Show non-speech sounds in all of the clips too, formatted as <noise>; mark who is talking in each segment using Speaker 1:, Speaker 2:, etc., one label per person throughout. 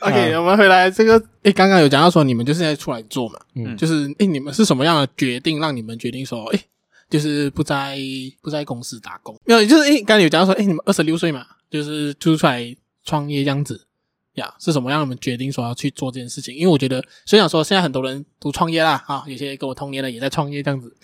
Speaker 1: OK，我们回来这个，哎，刚刚有讲到说你们就是在出来做嘛，
Speaker 2: 嗯
Speaker 1: 就是哎，你们是什么样的决定让你们决定说，哎，就是不在不在公司打工？没有，就是哎，刚刚有讲到说，哎，你们二十六岁嘛，就是出出来创业这样子呀，是什么让你们决定说要去做这件事情？因为我觉得，虽然说现在很多人都创业啦，啊，有些跟我同年的也在创业这样子，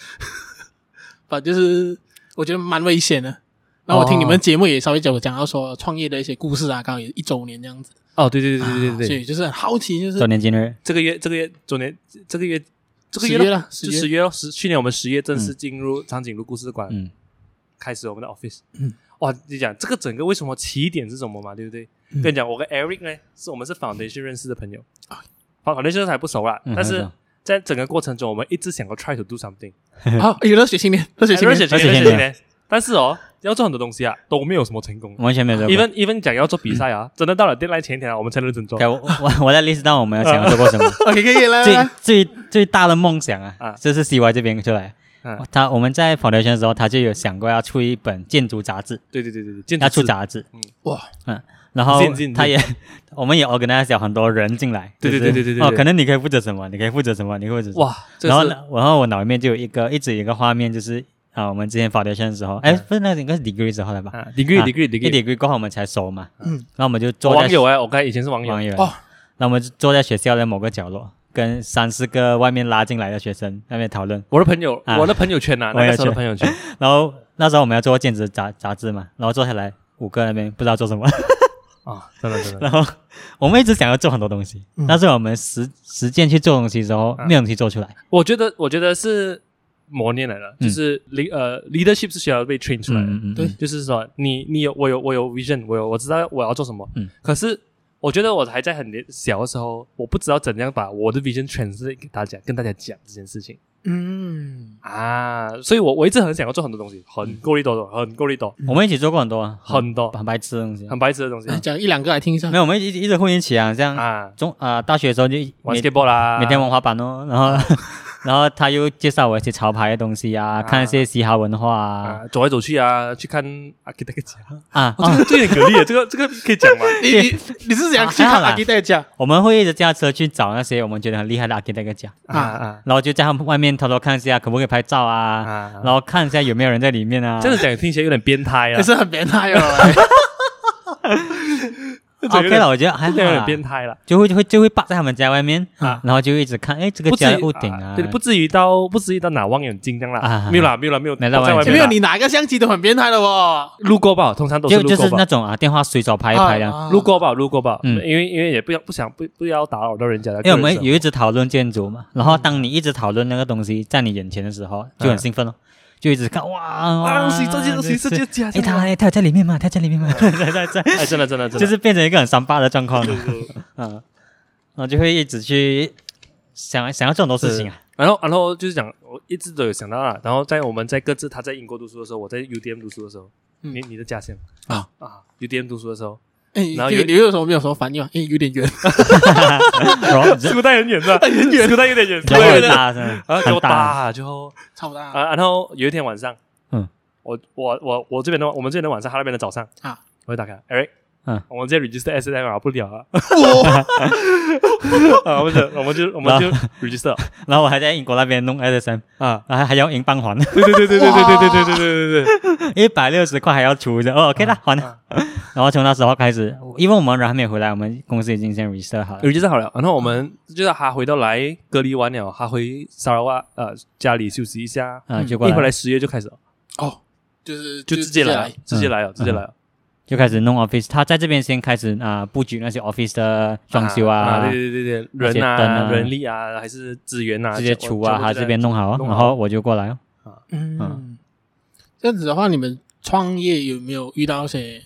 Speaker 1: <laughs> 反正就是我觉得蛮危险的。然后我听你们节目也稍微讲讲到说创业的一些故事啊，刚好也一周年这样子。
Speaker 2: 哦，对对对对对
Speaker 1: 所
Speaker 2: 对，
Speaker 1: 以就是很好奇，就是
Speaker 3: 周年纪念日，
Speaker 2: 这个月这个月昨天这个月这个
Speaker 1: 十
Speaker 2: 月
Speaker 1: 月
Speaker 2: 咯
Speaker 1: 了，
Speaker 2: 就
Speaker 1: 十
Speaker 2: 十月咯，十去年我们十月正式进入长颈鹿故事馆，
Speaker 3: 嗯，
Speaker 2: 开始我们的 office。哇，你讲这个整个为什么起点是什么嘛？对不对？跟你讲，我跟 Eric 呢，是我们是 foundation 认识的朋友，foundation 啊还不熟啦，
Speaker 3: 嗯
Speaker 2: 但
Speaker 3: 还不
Speaker 2: 是
Speaker 3: 熟
Speaker 2: 在整个过程中，我们一直想要 try to do something，
Speaker 1: 好，有热血青年，热血青
Speaker 2: 而且
Speaker 1: <laughs> 年，
Speaker 2: 而
Speaker 3: 而且
Speaker 2: 且
Speaker 3: 现在
Speaker 2: 呢，但是哦，要做很多东西啊，都没有什么成功。
Speaker 3: 完全没有做过。
Speaker 2: even even 讲要做比赛啊，真的到了 deadline 前一天啊，我们才认真做
Speaker 3: OK，我 <laughs> 我我在 list 到我们要想要做过什么，
Speaker 2: <laughs>
Speaker 1: OK，可以来来
Speaker 3: 最
Speaker 1: 来，
Speaker 3: 最最大的梦想
Speaker 2: 啊
Speaker 3: 啊，就是 CY 这边出来
Speaker 2: 嗯。
Speaker 3: 他我们在 foundation 的时候，他就有想过要出一本建筑杂志，
Speaker 2: 对对对对对，建筑
Speaker 3: 要出
Speaker 2: 师
Speaker 3: 杂志，嗯
Speaker 1: 哇，
Speaker 3: 然后
Speaker 2: 进进
Speaker 3: 他也，我们也 organize 有很多人进来，
Speaker 2: 对
Speaker 3: 就是
Speaker 2: 对对对对对
Speaker 3: 哦，
Speaker 2: 对
Speaker 3: 可能你可以负责什么，你可以负责什么，你可以负责什么。
Speaker 2: 哇，这
Speaker 3: 然后
Speaker 2: 个是
Speaker 3: 呢，然后我脑里面就有一个一直有一个画面，就是啊，我们之前 foundation 的时候，哎，
Speaker 2: 嗯
Speaker 3: 不是那个应该是 degree 之后了吧？
Speaker 2: 啊，degree
Speaker 3: 啊
Speaker 2: degree
Speaker 3: 一
Speaker 2: degree，
Speaker 3: degree 过后我们才收嘛，
Speaker 1: 嗯
Speaker 3: 然后我们就坐在
Speaker 2: 网友哎，我刚才以前是网友
Speaker 3: 网，友，
Speaker 1: 哦
Speaker 3: 那我们就坐在学校的某个角落，跟三四个外面拉进来的学生那边讨论。
Speaker 2: 我的朋友，
Speaker 3: 啊
Speaker 2: 我的朋友圈呐，
Speaker 3: 网
Speaker 2: 那
Speaker 3: 友
Speaker 2: 个时候的
Speaker 3: 圈
Speaker 2: 朋友圈，
Speaker 3: <laughs> 然后那时候我们要做兼职杂杂志嘛，然后坐下来五个那边不知道做什么，
Speaker 2: 啊，真的真的，
Speaker 3: 然后我们一直想要做很多东西，
Speaker 1: 嗯
Speaker 3: 但是我们实实践去做东西的时候，
Speaker 2: 啊
Speaker 3: 没有东西做出来。
Speaker 2: 我觉得我觉得是磨练来了，就
Speaker 3: 嗯
Speaker 2: 是 lead 呃 leadership 是需要被 train 出来的，
Speaker 3: 嗯嗯嗯
Speaker 1: 对
Speaker 3: 嗯
Speaker 2: 就是说你你有我有我有 vision，我有我知道我要做什么，
Speaker 3: 嗯，
Speaker 2: 可是。我觉得我还在很年小的时候，我不知道怎样把我的 vision translate 给大家，跟大家讲这件事情
Speaker 1: 嗯，
Speaker 2: 啊，所以我我一直很想要做很多东西，
Speaker 3: 嗯
Speaker 2: 很够力多，很够力多，
Speaker 3: 我们一起做过很多啊
Speaker 2: 很多
Speaker 3: 很白痴的东西，
Speaker 2: 很白痴的东西
Speaker 1: 来哎
Speaker 3: 嗯
Speaker 1: 讲一两个来听一下
Speaker 3: 没，有，我们一直一直混一起啊，这样
Speaker 2: 啊，
Speaker 3: 中啊、大学的时候就一
Speaker 2: 玩
Speaker 3: 每
Speaker 2: skateboard 啊啦，
Speaker 3: 每天玩滑板哦，然后 <laughs> 然后他又介绍我一些潮牌的东西啊，看一些嘻哈文化啊
Speaker 2: 啊，走来走去啊，去看阿基德克家，
Speaker 3: 啊
Speaker 2: 哦，这个这个很给力耶，这个这个可以讲吗？
Speaker 1: 你你你是怎样去
Speaker 3: 啊还好
Speaker 1: 看
Speaker 3: 啦
Speaker 1: 阿基代家
Speaker 3: 我们会一直驾车去找那些我们觉得很厉害的阿 K 那个家，
Speaker 2: 啊啊
Speaker 3: 然后就在他们外面偷偷看一下可不可以拍照啊，
Speaker 2: 啊！
Speaker 3: 然后看一下有没有人在里面啊。
Speaker 2: 这样子讲听起来有点变态啊
Speaker 1: 也，是很变态哦，
Speaker 2: 这有
Speaker 3: OK
Speaker 2: 点
Speaker 3: 了，我觉得还
Speaker 2: 这
Speaker 3: 好
Speaker 2: 样有点
Speaker 3: 啦，
Speaker 2: 变态了，
Speaker 3: 就会就会就会霸在他们家外面，
Speaker 2: 啊
Speaker 3: 然后就一直看，哎，这个
Speaker 2: 不至
Speaker 3: 家的
Speaker 2: 于
Speaker 3: 屋顶啊，
Speaker 2: 对，不至于到不至于到哪望远镜这样啦
Speaker 3: 啊，
Speaker 2: 没有啦，没有啦，没有，
Speaker 3: 没到
Speaker 2: 我在
Speaker 3: 望远镜
Speaker 2: 外
Speaker 1: 前面
Speaker 2: 面
Speaker 1: 哎
Speaker 2: 啦
Speaker 1: 有你哪一个相机都很变态的哦，
Speaker 2: 路过吧，通常都是
Speaker 3: 就
Speaker 2: 路
Speaker 3: 就是
Speaker 2: 过
Speaker 3: 那
Speaker 2: 吧。
Speaker 3: 种啊，电话随手拍一拍的。
Speaker 1: 啊
Speaker 2: 路过吧，路过吧，
Speaker 3: 嗯
Speaker 2: 因为因为也不要不想不不要打扰到人家
Speaker 3: 因
Speaker 2: 的
Speaker 3: 为
Speaker 2: 个
Speaker 3: 我
Speaker 2: 人
Speaker 3: 们
Speaker 2: 生活。
Speaker 3: 有一直讨论建筑嘛，然后当你一直讨论那个东西在你眼前的时候，就很兴奋哦，就一直看哇
Speaker 2: 嗯啊，
Speaker 3: 哇，
Speaker 2: 东西这些东西
Speaker 3: 就是
Speaker 2: 这家，
Speaker 3: 哎，他他有在里面吗？他在里面吗？ <laughs> 在在在，
Speaker 2: 哎，真的真的真的，
Speaker 3: 就是变成一个很三八的状况， <laughs> 嗯，
Speaker 2: 是
Speaker 3: 然后就会一直去想想要做很多事情啊，
Speaker 2: 然后，然后就是讲，我一直都有想到啦。然后在我们在各自他在英国读书的时候，我在 UDM 读书的时候，
Speaker 1: 嗯
Speaker 2: 你你的家乡
Speaker 1: 啊
Speaker 2: 啊，UDM 读书的时 <laughs> 候，
Speaker 1: 哎，
Speaker 2: 然后
Speaker 1: 你
Speaker 2: 有
Speaker 1: 你有什么没有什么反应吗？哎，有点远，
Speaker 3: 然后人
Speaker 2: 书袋很远的，很远，书袋有点远，
Speaker 3: 然后
Speaker 2: <laughs> 对
Speaker 3: 很
Speaker 2: 对。
Speaker 3: 大真的，
Speaker 2: 然啊后给
Speaker 3: 很
Speaker 2: 我
Speaker 3: 大，
Speaker 2: 打，就
Speaker 1: 差不多啊，
Speaker 2: <laughs> 啊，然后有一天晚上，
Speaker 3: 嗯，
Speaker 2: 我我我我这边的我们这边的晚上，他那边的早上
Speaker 1: 啊，
Speaker 2: 我就打开 Eric，
Speaker 3: 嗯，
Speaker 2: 我们这 register S M 不了了，
Speaker 1: 哇，
Speaker 2: 啊，我们就我们就我们就 register
Speaker 3: 然后我还在英国那边弄 SSM，
Speaker 2: 啊，
Speaker 3: 然后还要英镑还，
Speaker 2: 对对对对对对对对对对对对，啊
Speaker 3: 一百六十块还要除的，哦，OK 啦，还了。 <laughs> 然后从那时候开始，因为我们人还没有回来，我们公司已经先 reset 好了。
Speaker 2: 有介绍好了，然后我们就是他回到来隔离完了，他回沙拉瓦呃家里休息一下，
Speaker 3: 啊，就过
Speaker 2: 嗯一
Speaker 3: 来
Speaker 2: 回来十月就开始了，
Speaker 1: 哦，就是
Speaker 2: 就直接来了，直接来了，
Speaker 3: 嗯
Speaker 2: 直接来了，
Speaker 3: 就开始弄 office。他在这边先开始啊、布局那些 office 的装修
Speaker 2: 啊
Speaker 3: 啊，
Speaker 2: 对对对对，
Speaker 3: 那些
Speaker 2: 人
Speaker 3: 灯啊
Speaker 2: 人力啊，还是资源啊，
Speaker 3: 这些厨啊，他
Speaker 2: 他
Speaker 3: 这边弄好，
Speaker 2: 弄好
Speaker 3: 然后我就过来哦。
Speaker 1: 嗯
Speaker 3: 嗯，
Speaker 1: 这样子的话，你们创业有没有遇到一些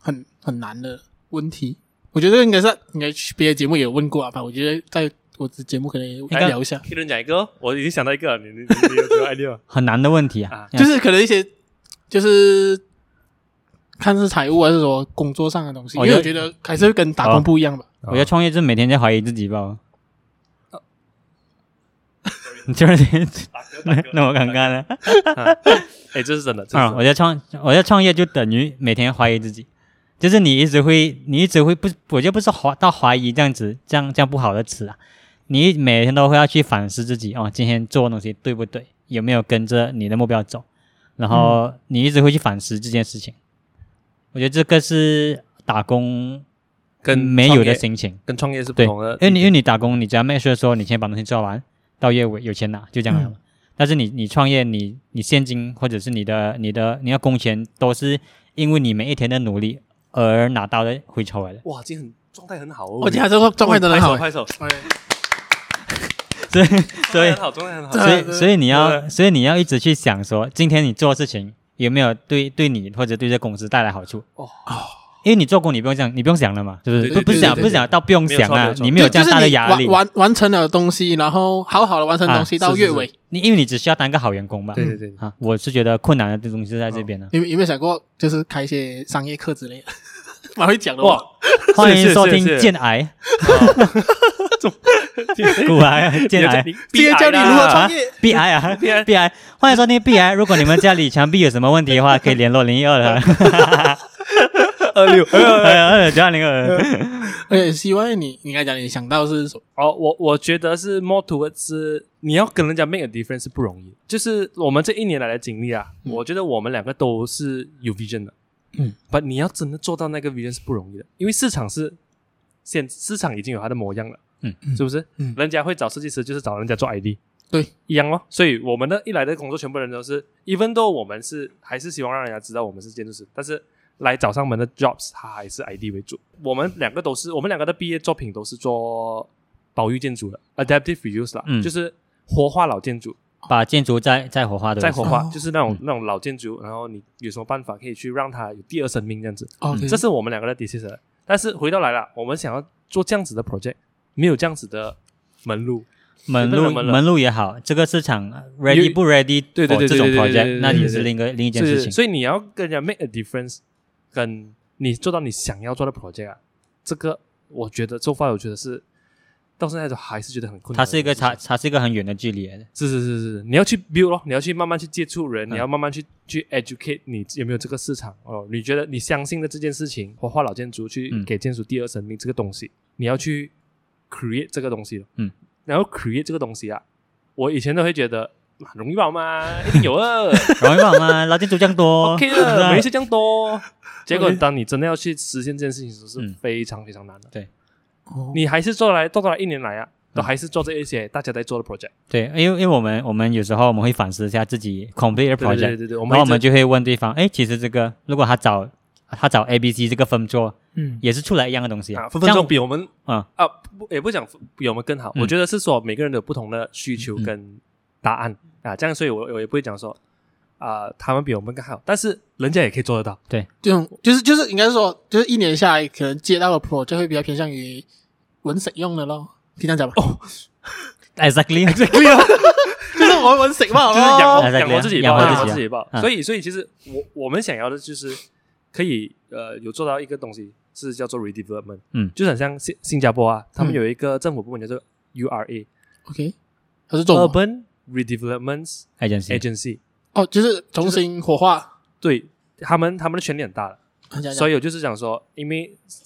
Speaker 1: 很很难的问题？我觉得应该是应该去别的节目也有问过啊吧？我觉得在我的节目可能也
Speaker 3: 该
Speaker 1: 聊一下，
Speaker 2: 一人讲一个，我已经想到一个，你你你有有 idea
Speaker 3: 很难的问题啊
Speaker 2: 啊，
Speaker 3: 嗯
Speaker 1: 就是可能一些就是看是财务还是说工作上的东西，因
Speaker 3: 哦
Speaker 1: 为
Speaker 3: 有
Speaker 1: 我觉得还是跟打工不一样吧。
Speaker 3: 我觉得创业就是每天在怀疑自己
Speaker 2: 哦
Speaker 3: 吧。你 <laughs> 就是 <laughs> 那我尴尬了
Speaker 2: 哎，这是真的，这是
Speaker 3: 啊！
Speaker 2: 真
Speaker 3: 我
Speaker 2: 的
Speaker 3: 在创我在创业就等于每天怀疑自己，就是你一直会，你一直会不，我就不是怀到怀疑这样子，这样这样不好的词啊。你每天都会要去反思自己哦，今天做的东西对不对，有没有跟着你的目标走，然后
Speaker 2: 嗯
Speaker 3: 你一直会去反思这件事情。我觉得这个是打工
Speaker 2: 跟
Speaker 3: 没有
Speaker 2: 创业
Speaker 3: 的心情，
Speaker 2: 跟创业是不
Speaker 3: 对，
Speaker 2: 同的
Speaker 3: 因为你因为你打工，你只要 make sure 说你先把东西做完，到月尾有钱拿，就这样了。
Speaker 1: 嗯
Speaker 3: 但是你你创业，你你现金或者是你的你的你要工钱，都是因为你每一天的努力而拿到的回酬来的。
Speaker 2: 哇，今天很状态很好哦，
Speaker 1: 我今天这个状态真的很好，
Speaker 3: 哦
Speaker 2: 拍手，拍手
Speaker 1: 哎
Speaker 3: 所以 <laughs>
Speaker 2: 状
Speaker 3: 所
Speaker 1: <laughs>
Speaker 2: 态
Speaker 3: 以
Speaker 2: 很好，状态很好，
Speaker 1: 对
Speaker 3: 所以
Speaker 1: 对
Speaker 3: 所以你要
Speaker 2: 对
Speaker 3: 所以你要一直去想说，今天你做的事情有没有对对你或者对这公司带来好处？
Speaker 2: 哦，
Speaker 3: 因为你做工，你不用想，你不用想了嘛，是不是？
Speaker 2: 对对
Speaker 3: 不不
Speaker 1: 对
Speaker 3: 想
Speaker 1: 对
Speaker 3: 不想到不用
Speaker 2: 没有
Speaker 3: 想
Speaker 2: 错没
Speaker 3: 啊
Speaker 2: 有，错
Speaker 3: 你没有这样大的压
Speaker 1: 就就是你
Speaker 3: 力。
Speaker 1: 完完完成了东西，然后好好的完成
Speaker 3: 啊
Speaker 1: 东西到
Speaker 2: 是
Speaker 1: 月
Speaker 2: 是
Speaker 1: 尾，
Speaker 3: 你因为你只需要当一个好员工嘛。
Speaker 2: 对对对，
Speaker 3: 啊，我是觉得困难的东西就在这边
Speaker 2: 啊 <laughs>
Speaker 3: 呢。
Speaker 1: 你们有没有想过，就是开一些商业课之类的？ <laughs> 蛮会讲的哦哇！
Speaker 2: 哇，
Speaker 3: 欢迎收
Speaker 2: 是
Speaker 3: 听
Speaker 2: 是是
Speaker 3: 《健癌
Speaker 2: 今天》，
Speaker 3: 骨
Speaker 2: <laughs>
Speaker 3: 癌、健癌、
Speaker 1: 今天教你如何创业，
Speaker 3: B I 啊
Speaker 2: B I
Speaker 3: ，B I，欢迎收听 B I。如果你们家里墙壁有什么问题的话，可以联络零一二的
Speaker 2: 二
Speaker 3: <laughs>
Speaker 2: 六。
Speaker 3: 二九二零二。
Speaker 1: 而且希望你，你刚才讲你想到是什么？
Speaker 2: 哦，我我觉得是 more towards 你要跟人家 make a difference 是不容易的，就是我们这一年来的经历啊，
Speaker 1: 嗯
Speaker 2: 我觉得我们两个都是有 vision 的，
Speaker 1: 嗯，
Speaker 2: 但你要真的做到那个 vision 是不容易的，因为市场是现市场已经有它的模样了，
Speaker 3: 嗯，
Speaker 2: 是不是？
Speaker 1: 嗯
Speaker 2: 人家会找设计师就是找人家做 ID，
Speaker 1: 对，
Speaker 2: 一样哦。所以我们的一来的工作，全部人都是，even though 我们是还是希望让人家知道我们是建筑师，但是来找上门的 jobs，它还是 ID 为主。我们两个都是，我们两个的毕业作品都是做保育建筑的 adaptive reuse 啦，
Speaker 3: 嗯
Speaker 2: 就是活化老建筑，
Speaker 3: 把建筑再再活化的，
Speaker 2: 再活化，
Speaker 1: 哦
Speaker 2: 就是那种
Speaker 3: 嗯
Speaker 2: 那种老建筑，然后你有什么办法可以去让它有第二生命这样子。
Speaker 1: 哦，
Speaker 3: 嗯
Speaker 2: 这是我们两个的 decision。但是回到来了，我们想要做这样子的 project，没有这样子的门路，
Speaker 3: 门
Speaker 2: 这
Speaker 3: 路
Speaker 2: 个门路
Speaker 3: 门路也好，这个市场呃 ready 不 ready
Speaker 2: 对对
Speaker 3: for
Speaker 2: 对
Speaker 3: 这种
Speaker 2: 对对对对
Speaker 3: project，
Speaker 2: 对
Speaker 3: 那也
Speaker 2: 对
Speaker 3: 是
Speaker 2: 对
Speaker 3: 另一个另一件
Speaker 2: 是
Speaker 3: 事情。
Speaker 2: 所以你要跟人家 make a difference，跟你做到你想要做的 project 啊，这个我觉得做法，我觉得是到现在都还是觉得很困难
Speaker 3: 它
Speaker 2: 的
Speaker 3: 是一个
Speaker 2: 事情
Speaker 3: 它它是一个很远的距离来的。
Speaker 2: 是是是是，你要去 build 咯，你要去慢慢去接触人，
Speaker 3: 嗯
Speaker 2: 你要慢慢去去 educate 你有没有这个市场哦？你觉得你相信的这件事情，活化老建筑去
Speaker 3: 嗯
Speaker 2: 给建筑第二生命这个东西，你要去 create 这个东西咯
Speaker 3: 嗯，
Speaker 2: 然后 create 这个东西啊，我以前都会觉得啊容易吧嘛， <laughs> 一定有
Speaker 3: <laughs>
Speaker 2: 啊
Speaker 3: 容易吧吗？老建筑这样多
Speaker 2: ，OK
Speaker 3: <laughs>
Speaker 2: 啊
Speaker 3: 是吧
Speaker 2: 的，没事这样多。
Speaker 3: <laughs>
Speaker 2: 结果当你真的要去实现这件事情的时候，是
Speaker 3: 嗯
Speaker 2: 非常非常难的。啊
Speaker 1: 哦
Speaker 2: 你还是做来做到了一年来啊，
Speaker 3: 嗯
Speaker 2: 都还是做这一些大家在做的 project。
Speaker 3: 对，因为因为我们我们有时候我们会反思一下自己 complete 的
Speaker 2: 对对
Speaker 3: project
Speaker 2: 对。对对，我
Speaker 3: 然后
Speaker 2: 们一
Speaker 3: 我
Speaker 2: 直
Speaker 3: 们就会问对方，哎，其实这个如果他找他找 A、B、C 这个分做，
Speaker 1: 嗯，
Speaker 3: 也是出来一样的东西
Speaker 2: 啊，
Speaker 3: 这
Speaker 2: 分分
Speaker 3: 样
Speaker 2: 钟比我们
Speaker 3: 啊
Speaker 2: 啊不也不讲比我们更好，
Speaker 3: 嗯
Speaker 2: 我觉得是说每个人都有不同的需求
Speaker 3: 嗯嗯
Speaker 2: 跟答案啊，这样所以我我也不会讲说啊他们比我们更好，但是人家也可以做得到，
Speaker 1: 这种就是就是应该是说，就是一年下来，可能接到的 pro 就会比较偏向于文审用的咯，可以这样讲吧？哦，
Speaker 2: <laughs>
Speaker 3: exactly
Speaker 1: <laughs>
Speaker 3: <laughs>
Speaker 1: 就是我文审嘛，哦
Speaker 2: 就
Speaker 1: 好不
Speaker 2: 是养
Speaker 1: 好
Speaker 2: 活
Speaker 3: 啊再
Speaker 2: 养活自己
Speaker 3: 养
Speaker 2: 吧，
Speaker 3: 活
Speaker 2: 养
Speaker 3: 自
Speaker 2: 活
Speaker 3: 己啊
Speaker 2: 自己吧。
Speaker 3: 啊
Speaker 2: 所以所以其实我我们想要的就是可以呃有做到一个东西是叫做 redevelopment，
Speaker 3: 嗯
Speaker 2: 就是很像新新加坡啊，他们
Speaker 1: 嗯
Speaker 2: 有一个政府部门叫做 URA
Speaker 1: ，OK，它是哦中文
Speaker 2: Urban Redevelopment
Speaker 3: agency
Speaker 2: Agency，
Speaker 1: 哦，就是重新火化，
Speaker 2: 对他们他们的权力很大的。
Speaker 1: 这样讲
Speaker 2: 所以我就是想说，因为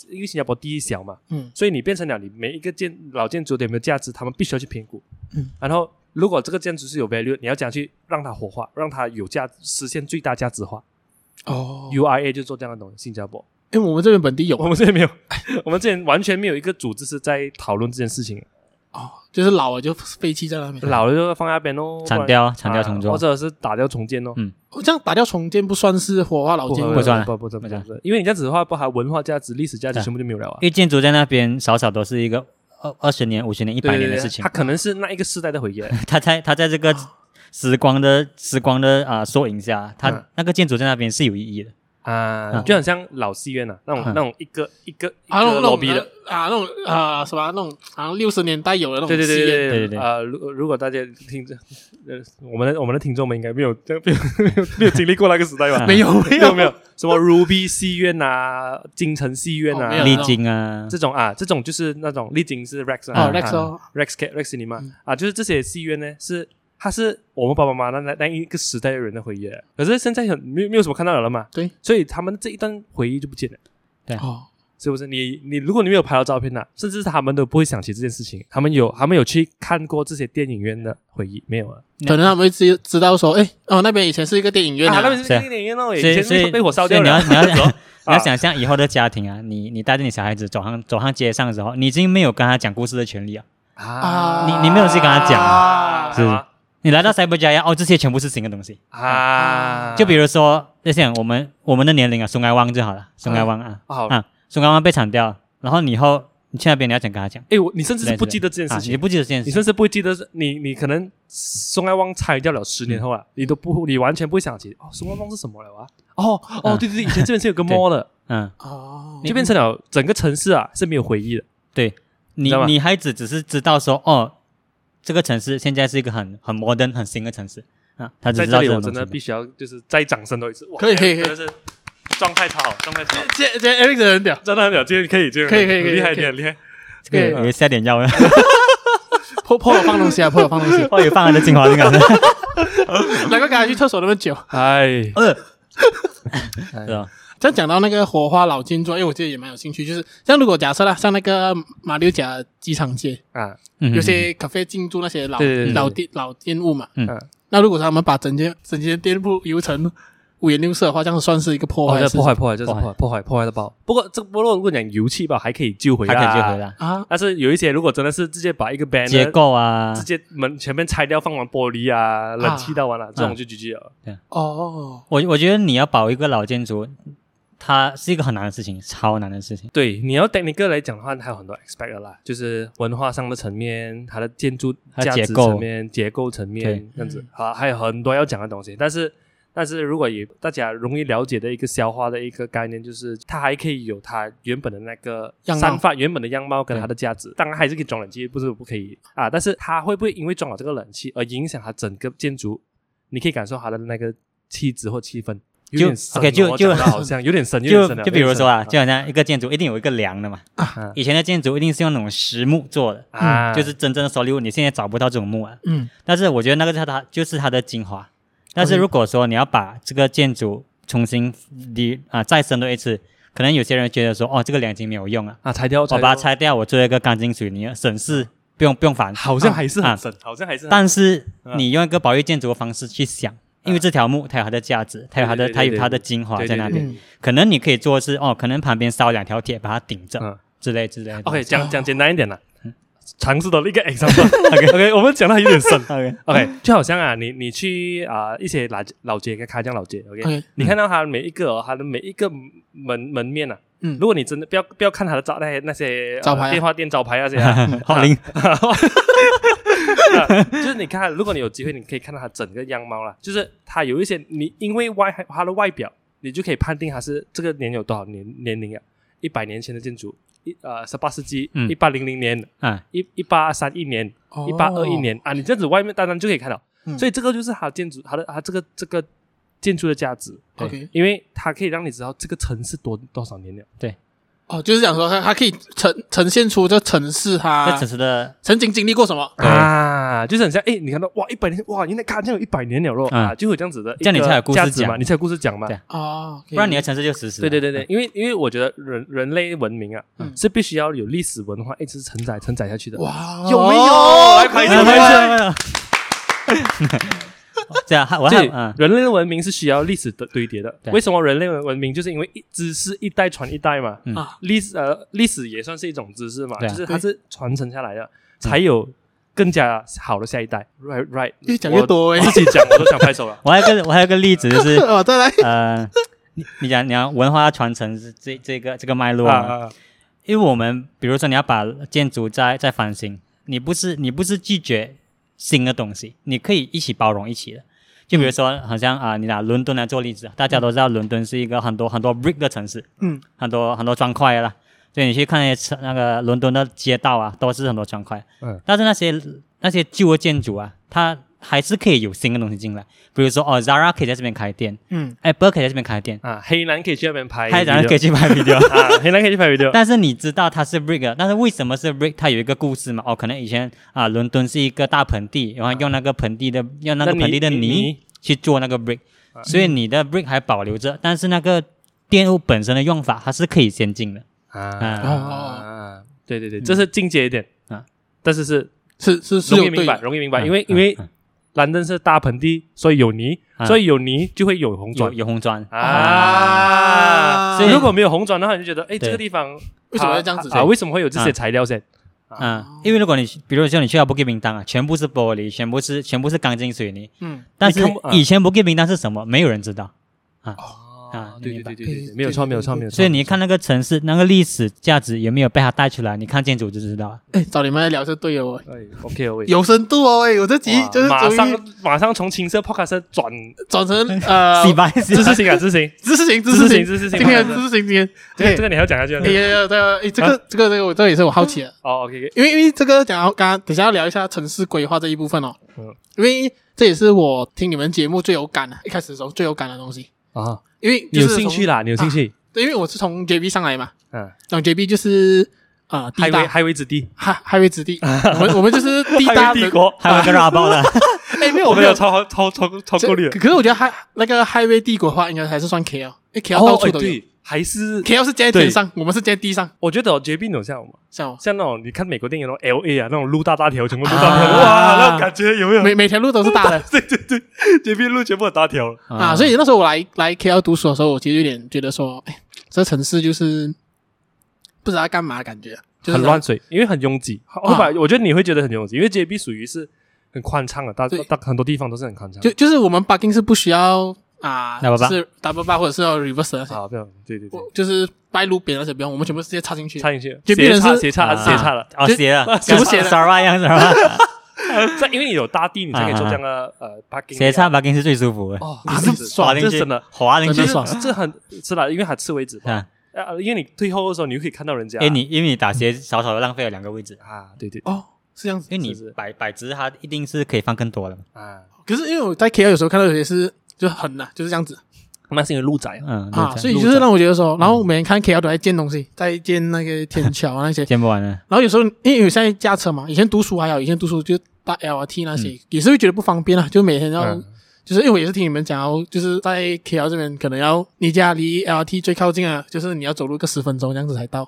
Speaker 2: 因为新加坡第一小嘛，
Speaker 1: 嗯
Speaker 2: 所以你变成了你每一个建老建筑的有没有价值，他们必须要去评估。
Speaker 1: 嗯，
Speaker 2: 然后如果这个建筑是有 value，你要讲去让它活化，让它有价，实现最大价值化。
Speaker 1: 哦，
Speaker 2: URA 就做这样的东西。新加坡，
Speaker 1: 因为我们这边本地有
Speaker 2: 我们这边没有，我们之前完全没有一个组织是在讨论这件事情，
Speaker 1: 哦，就是老了就废弃在那边。
Speaker 2: 老了就放在那边哦，
Speaker 3: 铲
Speaker 2: 不然
Speaker 3: 掉铲掉重
Speaker 2: 啊
Speaker 3: 做
Speaker 2: 或，者是打掉重建哦。
Speaker 3: 嗯
Speaker 1: 哦这样打掉重建不算是火化老建
Speaker 3: 不
Speaker 1: 筑
Speaker 3: 会，算啊
Speaker 2: 不不不不
Speaker 3: 不算
Speaker 2: 不，因为你这样子的话，包含文化价值、历史价值
Speaker 3: 对啊
Speaker 2: 全部就没有了啊
Speaker 3: 因。为建筑在那边少少都是一个二二十年、五十年、一
Speaker 2: 对
Speaker 3: 百
Speaker 2: 对
Speaker 3: 年的
Speaker 2: 对
Speaker 3: 事情
Speaker 2: 它，可能是那一个世代的回忆。
Speaker 3: 他在他在这个时光的时光的啊缩影下，
Speaker 2: 嗯
Speaker 3: 他那个建筑在那边是有意义的，
Speaker 2: 啊，
Speaker 3: 嗯
Speaker 2: 就很像老戏院啊，那种
Speaker 3: 嗯
Speaker 2: 那种一个一个一
Speaker 1: 啊，那
Speaker 2: 个
Speaker 1: 种那
Speaker 2: 罗
Speaker 1: 种
Speaker 2: 比的，
Speaker 1: 啊，那种啊什么那种，好像六十年代有的那种
Speaker 2: 对对对
Speaker 1: 戏院
Speaker 2: 对
Speaker 3: 对对对
Speaker 2: 啊，如如果大家听着，呃，我们的我们的听众们应该没有没有没有没有经历过那个时代吧？
Speaker 3: 啊
Speaker 1: 没有没
Speaker 2: 啊 <laughs> 没有
Speaker 1: 有
Speaker 2: 没有，什么 Ruby 戏院啊，京城戏院
Speaker 1: 哦没有
Speaker 2: 啊，
Speaker 3: 历经啊，
Speaker 2: 这种啊，这种就是那种丽晶是 Rex
Speaker 1: 哦
Speaker 2: 啊
Speaker 1: ，Rex 哦，嗯
Speaker 2: Rex Cat Rex Cinema 啊，就是这些戏院呢是。它是我们爸爸妈妈那那那一个时啊代的人的回忆，可是现在很没有没有什么看到了嘛，
Speaker 1: 对，
Speaker 2: 所以他们这一段回忆就不见了。
Speaker 3: 对
Speaker 1: 哦，
Speaker 2: 是不是？你你如果你没有拍到照片呢、啊甚至是他们都不会想起这件事情。他们有他们有去看过这些电影院的回忆没有啊？
Speaker 1: 可能他们会知知道说，哎，哦，那边以前是一个电影院
Speaker 2: 啊，那
Speaker 1: 啊
Speaker 2: 边是电影院哦，以
Speaker 3: 所以
Speaker 2: 前
Speaker 3: 所以
Speaker 2: 是被火烧
Speaker 3: 所以
Speaker 2: 掉
Speaker 3: 你
Speaker 2: 了
Speaker 3: 要。你要
Speaker 2: <laughs>
Speaker 3: 你要
Speaker 2: 啊
Speaker 3: 想象以后的家庭啊，你你带着你小孩子走上走上街上的时候，你已经没有跟他讲故事的权利啊。
Speaker 2: 啊
Speaker 1: 你
Speaker 3: 你没有去跟他讲
Speaker 1: 啊
Speaker 3: 是你来到塞伯加亚，哦，这些全部是新的东西。
Speaker 2: 啊，
Speaker 3: 就比如说，就像我们我们的年龄啊，松开湾就好了，松开湾啊
Speaker 2: 好，
Speaker 3: 啊，松开湾被铲掉，然后你以后你去那边你要讲跟他讲
Speaker 2: 哎，我你甚至是不记得这件
Speaker 3: 啊
Speaker 2: 事，
Speaker 3: 你
Speaker 2: 情，
Speaker 3: 不记得这件
Speaker 2: 你
Speaker 3: 事，
Speaker 2: 甚至不会记得是你你可能松爱汪拆掉了十年
Speaker 3: 嗯
Speaker 2: 后啊，你都不你完全不会想起哦，松爱汪是什么了啊？哦哦，
Speaker 3: 嗯
Speaker 2: 对对对，以前这边是
Speaker 3: <laughs>
Speaker 2: 有个 mall 的，
Speaker 3: 嗯，
Speaker 1: 哦，
Speaker 2: 就变成了整个城市啊是没有回忆的。
Speaker 3: 对你
Speaker 2: 知道吗
Speaker 3: 你孩子只是知道说哦，这个城市现在是一个很很摩登很新的城市啊，他只
Speaker 2: 在
Speaker 3: 知
Speaker 2: 这
Speaker 3: 道
Speaker 2: 里
Speaker 3: 这
Speaker 2: 我
Speaker 3: 种
Speaker 2: 真的
Speaker 3: 东
Speaker 2: 必
Speaker 3: 西。
Speaker 2: 须要就是再掌声多一次，哇
Speaker 1: 可以可以可以
Speaker 2: <laughs> 真的是状态超好，状态超好，
Speaker 1: 这这 Eric 真的很屌，
Speaker 2: 真的很了，今天可以这样，
Speaker 1: 可以可以可以
Speaker 2: 厉害
Speaker 1: 可以
Speaker 2: 厉害厉害，
Speaker 3: 这个
Speaker 2: 啊
Speaker 3: 有有下点药了，啊
Speaker 1: 破破了放东
Speaker 2: <laughs>
Speaker 1: 西啊，破了放东西，
Speaker 3: 哦，有放的精华那 <laughs> 个。
Speaker 1: 难怪刚才去厕所那么久。
Speaker 2: 哎，
Speaker 3: 呃 <laughs> 是吧？
Speaker 1: 这样讲到那个火花老建筑，因为我觉得也蛮有兴趣，就是像如果假设啦，像那个马六甲机场街，
Speaker 2: 啊，
Speaker 3: 嗯
Speaker 1: 有些咖啡进驻那些老
Speaker 2: 对对对
Speaker 1: 老店老店铺嘛，
Speaker 3: 嗯
Speaker 1: 那如果他们把整间整间店铺游成五颜六色的话，这样算是一个破
Speaker 2: 哦
Speaker 1: 坏
Speaker 2: 这
Speaker 1: 是不
Speaker 2: 破
Speaker 1: 是、
Speaker 2: 坏破坏就是
Speaker 3: 破坏
Speaker 2: 破坏破坏破坏的爆。不过这不过如果讲油漆吧，还可以救回
Speaker 3: 还
Speaker 2: 来，
Speaker 3: 可以接回。来，
Speaker 1: 啊，
Speaker 2: 但是有一些如果真的是直接把一个 banner
Speaker 3: 结构啊，
Speaker 2: 直接门前面拆掉，放完玻璃啊，冷气到完了，这种就 GG 了。
Speaker 1: 哦，
Speaker 3: 我我觉得你要保一个老建筑，它是一个很难的事情，超难的事情。
Speaker 2: 对，你要 technical 来讲的话，还有很多 expect 的啦，就是文化上的层面，它的建筑
Speaker 3: 它
Speaker 2: 价
Speaker 3: 结
Speaker 2: 值
Speaker 3: 构
Speaker 2: 层面、结构层
Speaker 3: 对
Speaker 2: 面这样子啊，还有很多要讲的东西。但是，但是如果也大家容易了解的一个消化的一个概念，就是它还可以有它原本的那个
Speaker 1: 样貌
Speaker 2: 散发原本的样貌跟
Speaker 3: 对
Speaker 2: 它的价值。当然还是可以装冷气，不是不可以啊。但是它会不会因为装了这个冷气而影响它整个建筑？你可以感受它的那个气质或气氛。有
Speaker 3: 就
Speaker 2: 点深
Speaker 3: OK，
Speaker 2: 哦
Speaker 3: 就
Speaker 2: 我
Speaker 3: 就
Speaker 2: 讲得好像有点深，有点
Speaker 3: 就
Speaker 2: 深
Speaker 3: <laughs>
Speaker 2: 了
Speaker 3: 就
Speaker 2: 有
Speaker 3: 比
Speaker 2: 点
Speaker 3: 如
Speaker 2: 深
Speaker 3: 说啊，
Speaker 2: 啊 <laughs>
Speaker 3: 就好像一个建筑一定有一个梁的嘛，
Speaker 2: 啊
Speaker 3: 以前的建筑一定是用那种实木做的，
Speaker 2: 啊，
Speaker 3: 就是真正的 solid wood，你现在找不到这种木啊。
Speaker 1: 嗯，
Speaker 3: 但是我觉得那个是它就是它的精华。但是如果说你要把这个建筑重新理啊再深入一次，可能有些人觉得说哦这个梁已经没有用了，
Speaker 2: 啊，拆掉，
Speaker 3: 我把它，拆掉，我做一个钢筋水泥的，省事不用不用烦。
Speaker 2: 啊好像还是
Speaker 3: 啊
Speaker 2: 很深，好像还是很，
Speaker 3: 但是
Speaker 2: 嗯
Speaker 3: 你用一个保育建筑的方式去想，因为这条木它有它的价值，它有它的
Speaker 2: 啊对对对
Speaker 3: 它有它
Speaker 2: 对
Speaker 3: 的精华
Speaker 2: 对
Speaker 3: 在
Speaker 2: 对
Speaker 3: 那
Speaker 2: 对
Speaker 3: 边。
Speaker 1: 嗯
Speaker 3: 可能你可以做的是哦，可能旁边烧两条铁把它顶着、
Speaker 2: 嗯
Speaker 3: 之类之类的。
Speaker 2: ，OK，讲讲简单一点啦，尝试的一个 example，OK OK，我们讲到有
Speaker 3: <laughs>
Speaker 2: 点深
Speaker 3: OK，
Speaker 2: ，OK，就好像啊，你你去啊一些老老街，跟开江老街，OK，
Speaker 1: ，OK，
Speaker 2: 你看到它每一个哦它的每一个门门面啊，
Speaker 1: 嗯
Speaker 2: 如，果你真的不要不要看它的招那些那些呃
Speaker 1: 招牌啊
Speaker 2: 电话店招牌那
Speaker 3: <laughs>
Speaker 2: 些啊，
Speaker 3: 好灵，
Speaker 2: <laughs> 就是你看，如果你有机会，你可以看到它整个样貌啦。就是它有一些，你因为外它的外表，你就可以判定它是这个年有多少年年龄啊？一百年前的建筑，一呃十八世纪，
Speaker 3: 嗯
Speaker 2: 一八零零年，
Speaker 3: 啊，
Speaker 2: 一一八三一年，
Speaker 1: 哦
Speaker 2: 一八二一，年、啊，你这样子外面当然就可以看到。
Speaker 1: 嗯
Speaker 2: 所以这个就是它建筑，它的它这个这个建筑的价值。
Speaker 1: OK
Speaker 2: 对因为它可以让你知道这个城市多多少年了。
Speaker 1: 哦，就是讲说它它可以呈呈现出这城市
Speaker 3: 这
Speaker 1: 它
Speaker 3: 城市的
Speaker 1: 曾经经历过什么，
Speaker 3: 对
Speaker 2: 啊，就是很像哎，你看到哇，一百年哇，原来看这样有一百年了咯、
Speaker 3: 嗯
Speaker 2: 啊，就有这样子的一个
Speaker 3: 这样你才有故事
Speaker 2: 价值嘛，
Speaker 3: 讲
Speaker 2: 你才有故事讲嘛。
Speaker 3: 对
Speaker 1: 哦，
Speaker 3: 不然你的城市就死死。
Speaker 2: 对对对对，，因为因为我觉得人人类文明啊，
Speaker 1: 嗯
Speaker 2: 是必须要有历史文化一直承载承载下去的。
Speaker 1: 哇，
Speaker 2: 有没有哦来拍
Speaker 3: 没
Speaker 2: 手
Speaker 3: 有
Speaker 2: 拍
Speaker 3: 没
Speaker 2: 手
Speaker 3: 有没有。 <laughs> 这样，我还
Speaker 2: 对，
Speaker 3: 嗯，
Speaker 2: 人类的文明是需要历史的堆叠的。
Speaker 3: 对
Speaker 2: 为什么人类文文明就是因为一知识一代传一代嘛？
Speaker 3: 嗯
Speaker 1: 啊
Speaker 2: 历史呃历史也算是一种知识嘛，
Speaker 3: 对
Speaker 2: 就
Speaker 3: 啊
Speaker 2: 是它是传承下来的，才有更加好的下一代。Right right，
Speaker 1: 越讲越多
Speaker 3: 欸
Speaker 1: 哎
Speaker 2: 我，自己讲我都想拍
Speaker 3: <laughs>。
Speaker 2: 手了
Speaker 3: 我还有一个我还有一个例子就是
Speaker 1: <laughs> 哦，再来，
Speaker 3: 呃，你你讲你要文化传承是这这个这个脉络
Speaker 2: 啊
Speaker 3: 嘛
Speaker 2: 啊，啊
Speaker 3: 因为我们比如说你要把建筑再再翻新，你不是你不是拒绝新的东西，你可以一起包容一起的。就比如说，好像啊、你拿伦敦来做例子，大家都知道伦敦是一个很多很多 brick 的城市，
Speaker 1: 嗯，
Speaker 3: 很多很多砖块的啦。所以你去看那些车那个伦敦的街道啊，都是很多砖块。
Speaker 2: 嗯，
Speaker 3: 但是那些那些旧的建筑啊，它还是可以有新的东西进来。比如说，哦，Zara 可以在这边开店
Speaker 1: 嗯，
Speaker 3: ，Apple 可以在这边开店，
Speaker 2: 啊，黑男可以去那边拍，
Speaker 3: 拍然后可以去拍 video。
Speaker 2: 啊，黑男可以去拍 <laughs>
Speaker 3: <laughs>
Speaker 2: video。
Speaker 3: 但是你知道它是 brick，的但是为什么是 brick？它有一个故事嘛？哦，可能以前啊，伦敦是一个大盆地，然后用那个盆地的用那个
Speaker 2: 那泥啊
Speaker 3: 盆地的
Speaker 2: 泥
Speaker 3: 泥去做那个 brick，、所以你的 brick 还保留着，但是那个电务本身的用法，它是可以先进的。
Speaker 2: 啊
Speaker 3: 啊嗯
Speaker 2: 啊，对对对，这是进阶一点
Speaker 3: 啊，
Speaker 2: 但是是哎
Speaker 1: 是是是
Speaker 2: 容易
Speaker 1: 有
Speaker 2: 明
Speaker 1: 对
Speaker 2: 白，
Speaker 1: 的，
Speaker 2: 容易明白，
Speaker 3: 嗯
Speaker 2: 因为
Speaker 3: 嗯
Speaker 2: 因为
Speaker 3: 嗯
Speaker 2: 兰登是大盆地，所以有泥，
Speaker 3: 啊
Speaker 2: 所以有泥就会哎有红
Speaker 3: 有
Speaker 2: 砖
Speaker 3: 有红砖
Speaker 2: 啊。
Speaker 3: 所以
Speaker 2: 如果没有红砖的话，你就觉得
Speaker 3: 对
Speaker 2: 哎，这个地方
Speaker 1: 为什么要这样子
Speaker 2: 啊？啊为什么会有这些材料先？
Speaker 3: 啊，因为如果你比如说你去到 Bukit Bintang 啊，全部是玻璃，全部是全部是钢筋水泥，
Speaker 1: 嗯，
Speaker 3: 但是
Speaker 2: 看不啊
Speaker 3: 以前 Bukit Bintang 是什么，没有人知道。啊
Speaker 2: 哦对对
Speaker 3: 明白
Speaker 2: 对对对对，没有
Speaker 1: 哦
Speaker 2: 错，
Speaker 1: 对对对
Speaker 2: 没有错，没有错。
Speaker 3: 所以你看那个城市那个历史价值有没有被它带出来？你看建筑就知道了。
Speaker 1: 哎，找你们来聊是对的哦，
Speaker 2: 哎，OK，我也
Speaker 1: 有深度哦，哎，我这集
Speaker 2: 哇
Speaker 1: 就是
Speaker 2: 马
Speaker 1: 终于
Speaker 2: 上马上从情色 podcast 转
Speaker 1: <laughs> 转成
Speaker 2: <laughs>
Speaker 1: 呃
Speaker 3: 洗白，
Speaker 2: 知识型啊，知识型，
Speaker 1: 知识型 <laughs>
Speaker 2: 知
Speaker 1: 知识
Speaker 2: 型，
Speaker 1: 型，
Speaker 2: 知识型。
Speaker 1: 今天的知识型今天
Speaker 2: 这个
Speaker 1: 哎
Speaker 2: 这个你还要讲下去啊？
Speaker 1: 哎呀，对啊，哎，这个这个这个我这也是我好奇的，
Speaker 2: 哦，OK，
Speaker 1: 因为因为这个讲到刚刚等一下要聊一下城市规划这一部分哦
Speaker 2: 嗯，
Speaker 1: 因为这也是我听你们节目最有感的，一开始的时候最有感的东西，
Speaker 2: 啊，
Speaker 1: 因为
Speaker 2: 你
Speaker 1: 就
Speaker 2: 有
Speaker 1: 是
Speaker 2: 兴
Speaker 1: 从
Speaker 2: 趣啦，你有兴趣，
Speaker 1: 对，因为我是从 JB 上来嘛，
Speaker 2: 嗯，
Speaker 1: 然后 JB 就是啊
Speaker 2: 海
Speaker 1: 地
Speaker 2: 威
Speaker 1: 大
Speaker 2: 海威子弟，
Speaker 1: 海海威之地，我们我们就是地
Speaker 2: 海
Speaker 1: 大
Speaker 2: 威
Speaker 1: 的 <laughs>
Speaker 2: 帝国，
Speaker 3: 还有个 r 包的，
Speaker 1: 哎，没有
Speaker 2: 我
Speaker 1: 没
Speaker 2: 们有
Speaker 1: 有，
Speaker 2: 超超超超
Speaker 1: 这
Speaker 2: 过率
Speaker 1: 可。可是我觉得海那个 Highway 帝国化应该还是算 KL，因为 KL
Speaker 2: 哦
Speaker 1: 到处
Speaker 2: 哎
Speaker 1: 都有
Speaker 2: 对，还是
Speaker 1: KL 是接在天上，我们是接在地上，
Speaker 2: 我觉得哦 JB 有像吗
Speaker 1: 像我
Speaker 2: 像那种你看美国电影那种 LA 啊，那种路大大条，全部路大条，
Speaker 3: 啊
Speaker 2: 哇，那种感觉有没有？
Speaker 1: 每每条路都是大的
Speaker 2: <laughs> 对对对，JB 路全部很大条，
Speaker 1: 啊，所以那时候我来来 KL 读书的时候，我其实有点觉得说，哎，这城市就是不知道在干嘛的感觉，就是啊
Speaker 2: 很乱水，因为很拥挤。后来我觉得你会觉得很拥挤，因为 JB 属于是很宽敞的，大
Speaker 1: 对
Speaker 2: 大很多地方都是很宽敞的。
Speaker 1: 就就是我们 parking 是不需要啊，
Speaker 3: double bar
Speaker 1: 就是 double bar 或者是要 reverse 的那些，
Speaker 2: 啊，不要，对对对，
Speaker 1: 我就是掰路边那些不用，我们全部直接插进去，
Speaker 2: 插进去，
Speaker 1: 就变
Speaker 2: 斜
Speaker 1: 成
Speaker 2: 插
Speaker 1: 是
Speaker 2: 斜插
Speaker 3: 啊
Speaker 2: 还是斜插了。
Speaker 3: 哦
Speaker 1: 就
Speaker 3: 斜了， <laughs>
Speaker 1: 全部斜了
Speaker 3: s a r a 样 s a r
Speaker 2: 在因为你有大地，你才可以做这样的呃 parking。
Speaker 3: 斜插 parking 是最舒服的，
Speaker 2: 哦，
Speaker 1: 啊
Speaker 2: 你
Speaker 1: 这
Speaker 2: 是
Speaker 1: 爽
Speaker 2: 哇
Speaker 3: 滑
Speaker 2: 这
Speaker 3: 进去
Speaker 2: 真的，
Speaker 3: 滑进
Speaker 1: 真
Speaker 3: 去
Speaker 1: 的爽
Speaker 2: 这很是啦，因为它吃位置嘛。
Speaker 3: 啊！
Speaker 2: 呃，因为你退后的时候，你就可以看到人家。
Speaker 1: 哎
Speaker 3: 因为你因为你打斜，少少的浪费了两个位置，
Speaker 2: 啊，对对
Speaker 1: 哦，是这样子
Speaker 3: 因为。你
Speaker 2: 是是
Speaker 3: 摆摆直，它一定是可以放更多的嘛。
Speaker 2: 啊，
Speaker 1: 可是因为我在 KL 有时候看到有些是就很呐、就是这样子
Speaker 2: 那是因为路窄啊。
Speaker 3: 嗯，
Speaker 1: 啊，
Speaker 3: 对，
Speaker 1: 所以就是让我觉得说，然后我每天看 KL 都在建东西，在建那个天桥啊那些
Speaker 3: <laughs> 见不完了。
Speaker 1: 然后有时候因为我现在驾车嘛，以前读书还好，以前读书就搭 LRT 那
Speaker 3: 嗯
Speaker 1: 些、也是会觉得不方便啊，就每天要、
Speaker 2: 嗯
Speaker 1: 就是因为我也是听你们讲哦，就是在 KL 这边可能要你家离 LRT 最靠近啊，就是你要走路个十分钟这样子才到，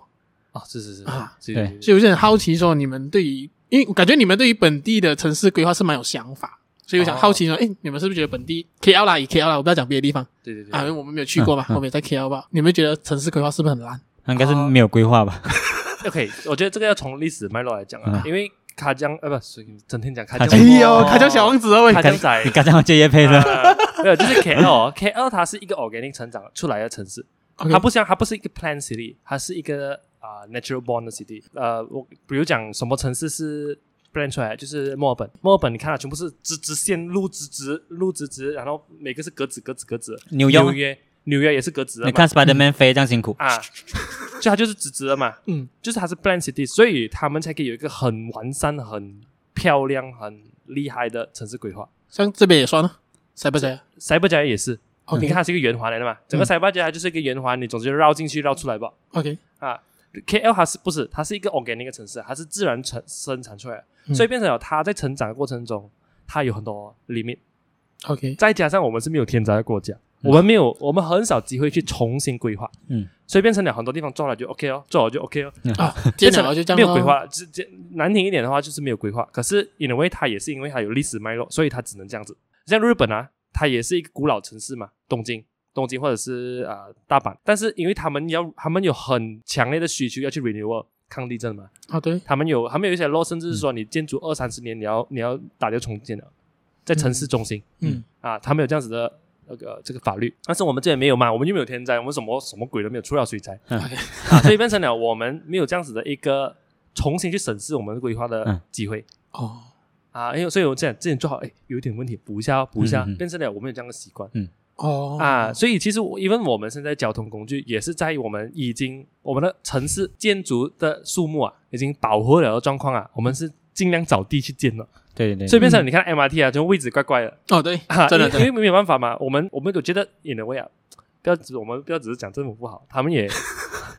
Speaker 2: 啊，是是是
Speaker 1: 啊，
Speaker 2: 是
Speaker 3: 对
Speaker 1: 所以我就很好奇说你们对于，因为我感觉你们对于本地的城市规划是蛮有想法。所以我想
Speaker 2: 哦
Speaker 1: 好奇说，哎、你们是不是觉得本地 KL 啦，以 KL 啦，我不要讲别的地方，
Speaker 2: 对对对
Speaker 1: 啊，因为我们没有去过嘛，
Speaker 3: 嗯嗯
Speaker 1: 我们也在 KL 吧。你们觉得城市规划是不是很烂？
Speaker 3: 应该是没有规划吧？
Speaker 2: OK，我觉得这个要从历史脉络来讲啊，
Speaker 3: 嗯
Speaker 2: 因为卡江呃不，所以整天讲卡
Speaker 3: 卡
Speaker 2: 江，
Speaker 3: 江哎
Speaker 1: 呦，他叫小王子哦，喂
Speaker 2: 卡江仔
Speaker 3: 你。刚才要接叶配的，
Speaker 2: 啊没有，就是 KL，哦 KL 它是一个 organic 成长出来的城市，它不像它不是一个 plan city，它是一个啊、natural born 的 city。呃，我比如讲什么城市是 plan 出来的，就是墨尔本。墨尔本你看它全部是直直线路直直路直直，然后每个是格子格子格子。
Speaker 3: 纽约
Speaker 2: 纽约纽约也是格子的嘛，
Speaker 3: 你看 Spiderman 飞这样辛苦，
Speaker 2: 啊，就它就是直直的嘛，
Speaker 1: 嗯，
Speaker 2: 就是它是 plan city，所以他们才可以有一个很完善、很漂亮、很厉害的城市规划。
Speaker 1: 像这边也算了，塞不塞
Speaker 2: 塞伯加也是，
Speaker 1: ？OK，
Speaker 2: 哦
Speaker 1: 嗯
Speaker 2: 你看它是一个圆环来的嘛，整个塞巴加它就是一个圆环，你总是绕进去绕出来吧。
Speaker 1: OK，
Speaker 2: 啊，KL 它是不是它是一个 organic 的城市，它是自然成生产出来的，
Speaker 1: 嗯
Speaker 2: 所以变成了它在成长的过程中，它有很多 limit，
Speaker 1: OK，
Speaker 2: 再加上我们是没有天灾的国家，
Speaker 1: 嗯
Speaker 2: 我们没有，我们很少机会去重新规划，
Speaker 3: 嗯，
Speaker 2: 所以变成了很多地方做了就 OK 哦，做好就 OK 哦，
Speaker 1: 啊，接
Speaker 2: 变
Speaker 1: 下
Speaker 2: 成
Speaker 1: 来就这样
Speaker 2: 没有规
Speaker 1: 咯。
Speaker 2: 划，直接难听一点的话就是没有规划。可是 in a way 它也是因为它有历史脉络，所以它只能这样子。像日本啊，它也是一个古老城市嘛，东京。东京或者是啊、呃大阪，但是因为他们要，他们有很强烈的需求要去 renewal 抗地震嘛，
Speaker 1: 啊，对，
Speaker 2: 他们有，他们有一些 law，甚至是说你建筑二三十年，你要你要打掉重建了，在城市中心，
Speaker 1: 嗯
Speaker 2: 啊，他们有这样子的那个、这个法律，但是我们这边没有嘛，我们又没有天灾，我们什么什么鬼都没有，除了水灾，
Speaker 1: ，OK，
Speaker 2: 啊，所以变成了我们没有这样子的一个重新去审视我们规划的
Speaker 3: 嗯
Speaker 2: 机会、
Speaker 1: 哦，
Speaker 2: 啊，因为所以我这样之前做好，哎，有一点问题，补一下哦，补一下，
Speaker 3: 嗯嗯
Speaker 2: 变成了我们有这样的习惯、
Speaker 1: 哦，
Speaker 2: 啊，所以其实我因为我们现在交通工具也是在我们已经我们的城市建筑的数目啊，已经饱和了的状况啊，我们是尽量找地去建了，
Speaker 3: 对对对，
Speaker 2: 所
Speaker 3: <laughs>
Speaker 2: 以变成了你看 MRT 啊，就位置怪怪的，
Speaker 1: 哦，对
Speaker 2: 啊，，
Speaker 1: 真的，
Speaker 2: 因
Speaker 1: 真
Speaker 2: 为
Speaker 1: 的
Speaker 2: 因为没有
Speaker 3: <laughs>
Speaker 2: 办法嘛，我们我们都觉得 in a way 啊，不要只我们不要只是讲政府不好，他们也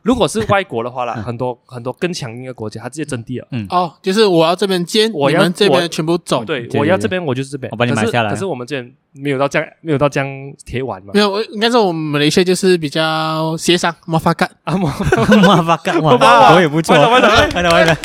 Speaker 2: 如果是外国的话啦，很多很多更强硬的国家，他直接征地了。
Speaker 3: 嗯
Speaker 1: 哦，就是我要这边接，
Speaker 2: 我
Speaker 1: 你
Speaker 2: 要
Speaker 1: 们这
Speaker 2: 我
Speaker 1: 边全部走。
Speaker 2: 对，
Speaker 3: 对
Speaker 2: 我要
Speaker 3: 对
Speaker 2: 这边，我就是这边，
Speaker 3: 我把你买
Speaker 2: 可是
Speaker 3: 下来
Speaker 2: 可是我们这边没有到这样，没有到这样铁腕嘛
Speaker 3: <laughs>
Speaker 1: 没。有，我应该是我们马来西亚就是比较协商，麻烦干。
Speaker 2: 啊，我
Speaker 3: 哇哇干哇，
Speaker 2: 哇
Speaker 3: 我也不错，
Speaker 2: 歪
Speaker 3: <laughs>
Speaker 2: 了歪了
Speaker 3: 歪了歪了，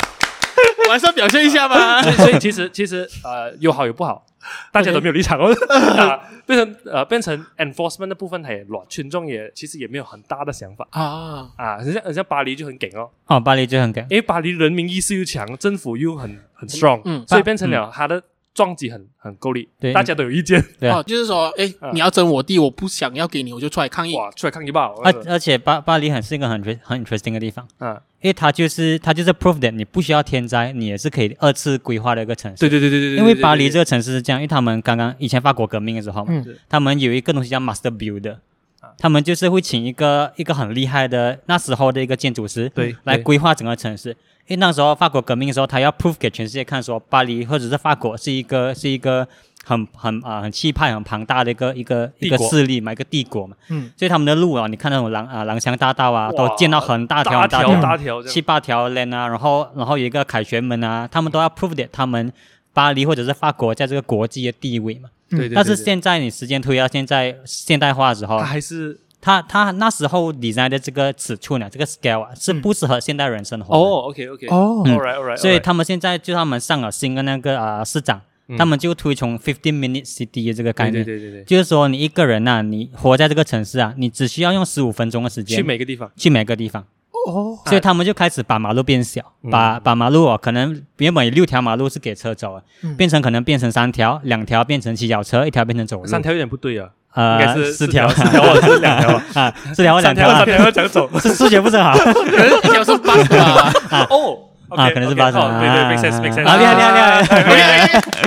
Speaker 1: 我还是要表现一下吧。
Speaker 2: 所以所以其实其实呃有好有不好，大家都没有立场哦， <laughs> 啊变成呃变成 enforcement 的部分，他也乱，群众也其实也没有很大的想法
Speaker 1: 啊，
Speaker 2: 啊，很像很像巴黎就很梗哦，
Speaker 3: 哦，巴黎就很敢，
Speaker 2: 因为巴黎人民意识又强，政府又很很 strong，
Speaker 1: 嗯
Speaker 2: 所以变成了他的撞击很很够力，
Speaker 3: 对
Speaker 2: 大家都有意见，
Speaker 3: 对啊
Speaker 1: 哦，就是说，哎
Speaker 2: 啊，
Speaker 1: 你要争我地，我不想要给你，我就出来抗议。
Speaker 2: 哇，出来抗议吧，
Speaker 3: 而而且巴巴黎很是一个很 tre- 很 interesting 的地方，
Speaker 2: 啊，
Speaker 3: 因为它就是它就是 prove that 你不需要天灾，你也是可以二次规划的一个城市。
Speaker 2: 对对对对对对，
Speaker 3: 因为巴黎
Speaker 2: 对
Speaker 3: 这个城市是这样，因为他们刚刚以前法国革命的时候嘛，
Speaker 1: 嗯
Speaker 2: 是
Speaker 3: 他们有一个东西叫 master builder，
Speaker 2: 啊
Speaker 3: 他们就是会请一个一个很厉害的那时候的一个建筑师，
Speaker 2: 对
Speaker 3: 来
Speaker 2: 对
Speaker 3: 规划整个城市。因为那时候法国革命的时候，他要 prove 给全世界看，说巴黎或者是法国是一个是一个很很啊、很气派、很庞大的一个一个一个
Speaker 2: 帝国
Speaker 3: 势力嘛，一个帝国嘛。
Speaker 1: 嗯，
Speaker 3: 所以他们的路啊，你看那种廊啊廊墙大道啊，
Speaker 2: 哇
Speaker 3: 都建到很大条
Speaker 2: 大
Speaker 3: 很大
Speaker 2: 条
Speaker 3: 条
Speaker 2: 大条这
Speaker 3: 七
Speaker 2: 样，
Speaker 3: 八条 lane 啊，然后然后有一个凯旋门啊，他们都要 prove that 他们巴黎或者是法国在这个国际的地位嘛。
Speaker 2: 对对对，啊
Speaker 3: 但是
Speaker 2: 对
Speaker 3: 现在你时间推啊到现在现代化的时候
Speaker 2: 他，还是
Speaker 3: 它它那时候 design 的这个尺寸啊，这个 scale 啊，是不适合现代人生活的。
Speaker 2: 嗯哦，OK OK，
Speaker 1: 哦
Speaker 2: ，all right all right，
Speaker 3: 所以他们现在就他们上了新的那个啊、呃市长，他们就推崇 fifteen minute city 的这个概
Speaker 2: 对
Speaker 3: 念，
Speaker 2: 嗯对对对对，
Speaker 3: 就是说你一个人呐、啊你活在这个城市啊，你只需要用十五分钟的时间
Speaker 2: 去每个地方，
Speaker 3: 去每个地方。
Speaker 1: 哦，
Speaker 3: 所以他们就开始把马路变小，
Speaker 2: 嗯
Speaker 3: 把把马路哦，可能原本有六条马路是给车走啊，
Speaker 2: 嗯
Speaker 3: 变成可能变成三条，两条变成骑脚车，一条变成走路
Speaker 2: 三，条有点不对啊，应该
Speaker 3: 呃，
Speaker 2: 是
Speaker 3: 四
Speaker 2: 四条
Speaker 3: 条，
Speaker 2: 四条或者是两条啊
Speaker 3: <laughs> 啊，四条或两
Speaker 2: 三
Speaker 3: 条
Speaker 2: 条三
Speaker 3: 啊，
Speaker 2: 条要讲走
Speaker 3: <laughs> 是数学不是很
Speaker 2: <laughs>
Speaker 3: 好
Speaker 1: 可能一条是 bus 吧。
Speaker 2: 哦
Speaker 3: 啊，可能是八成
Speaker 2: 对对，make sense make
Speaker 3: 啊，厉害厉
Speaker 2: sense， <laughs>
Speaker 3: 害厉害。 <laughs>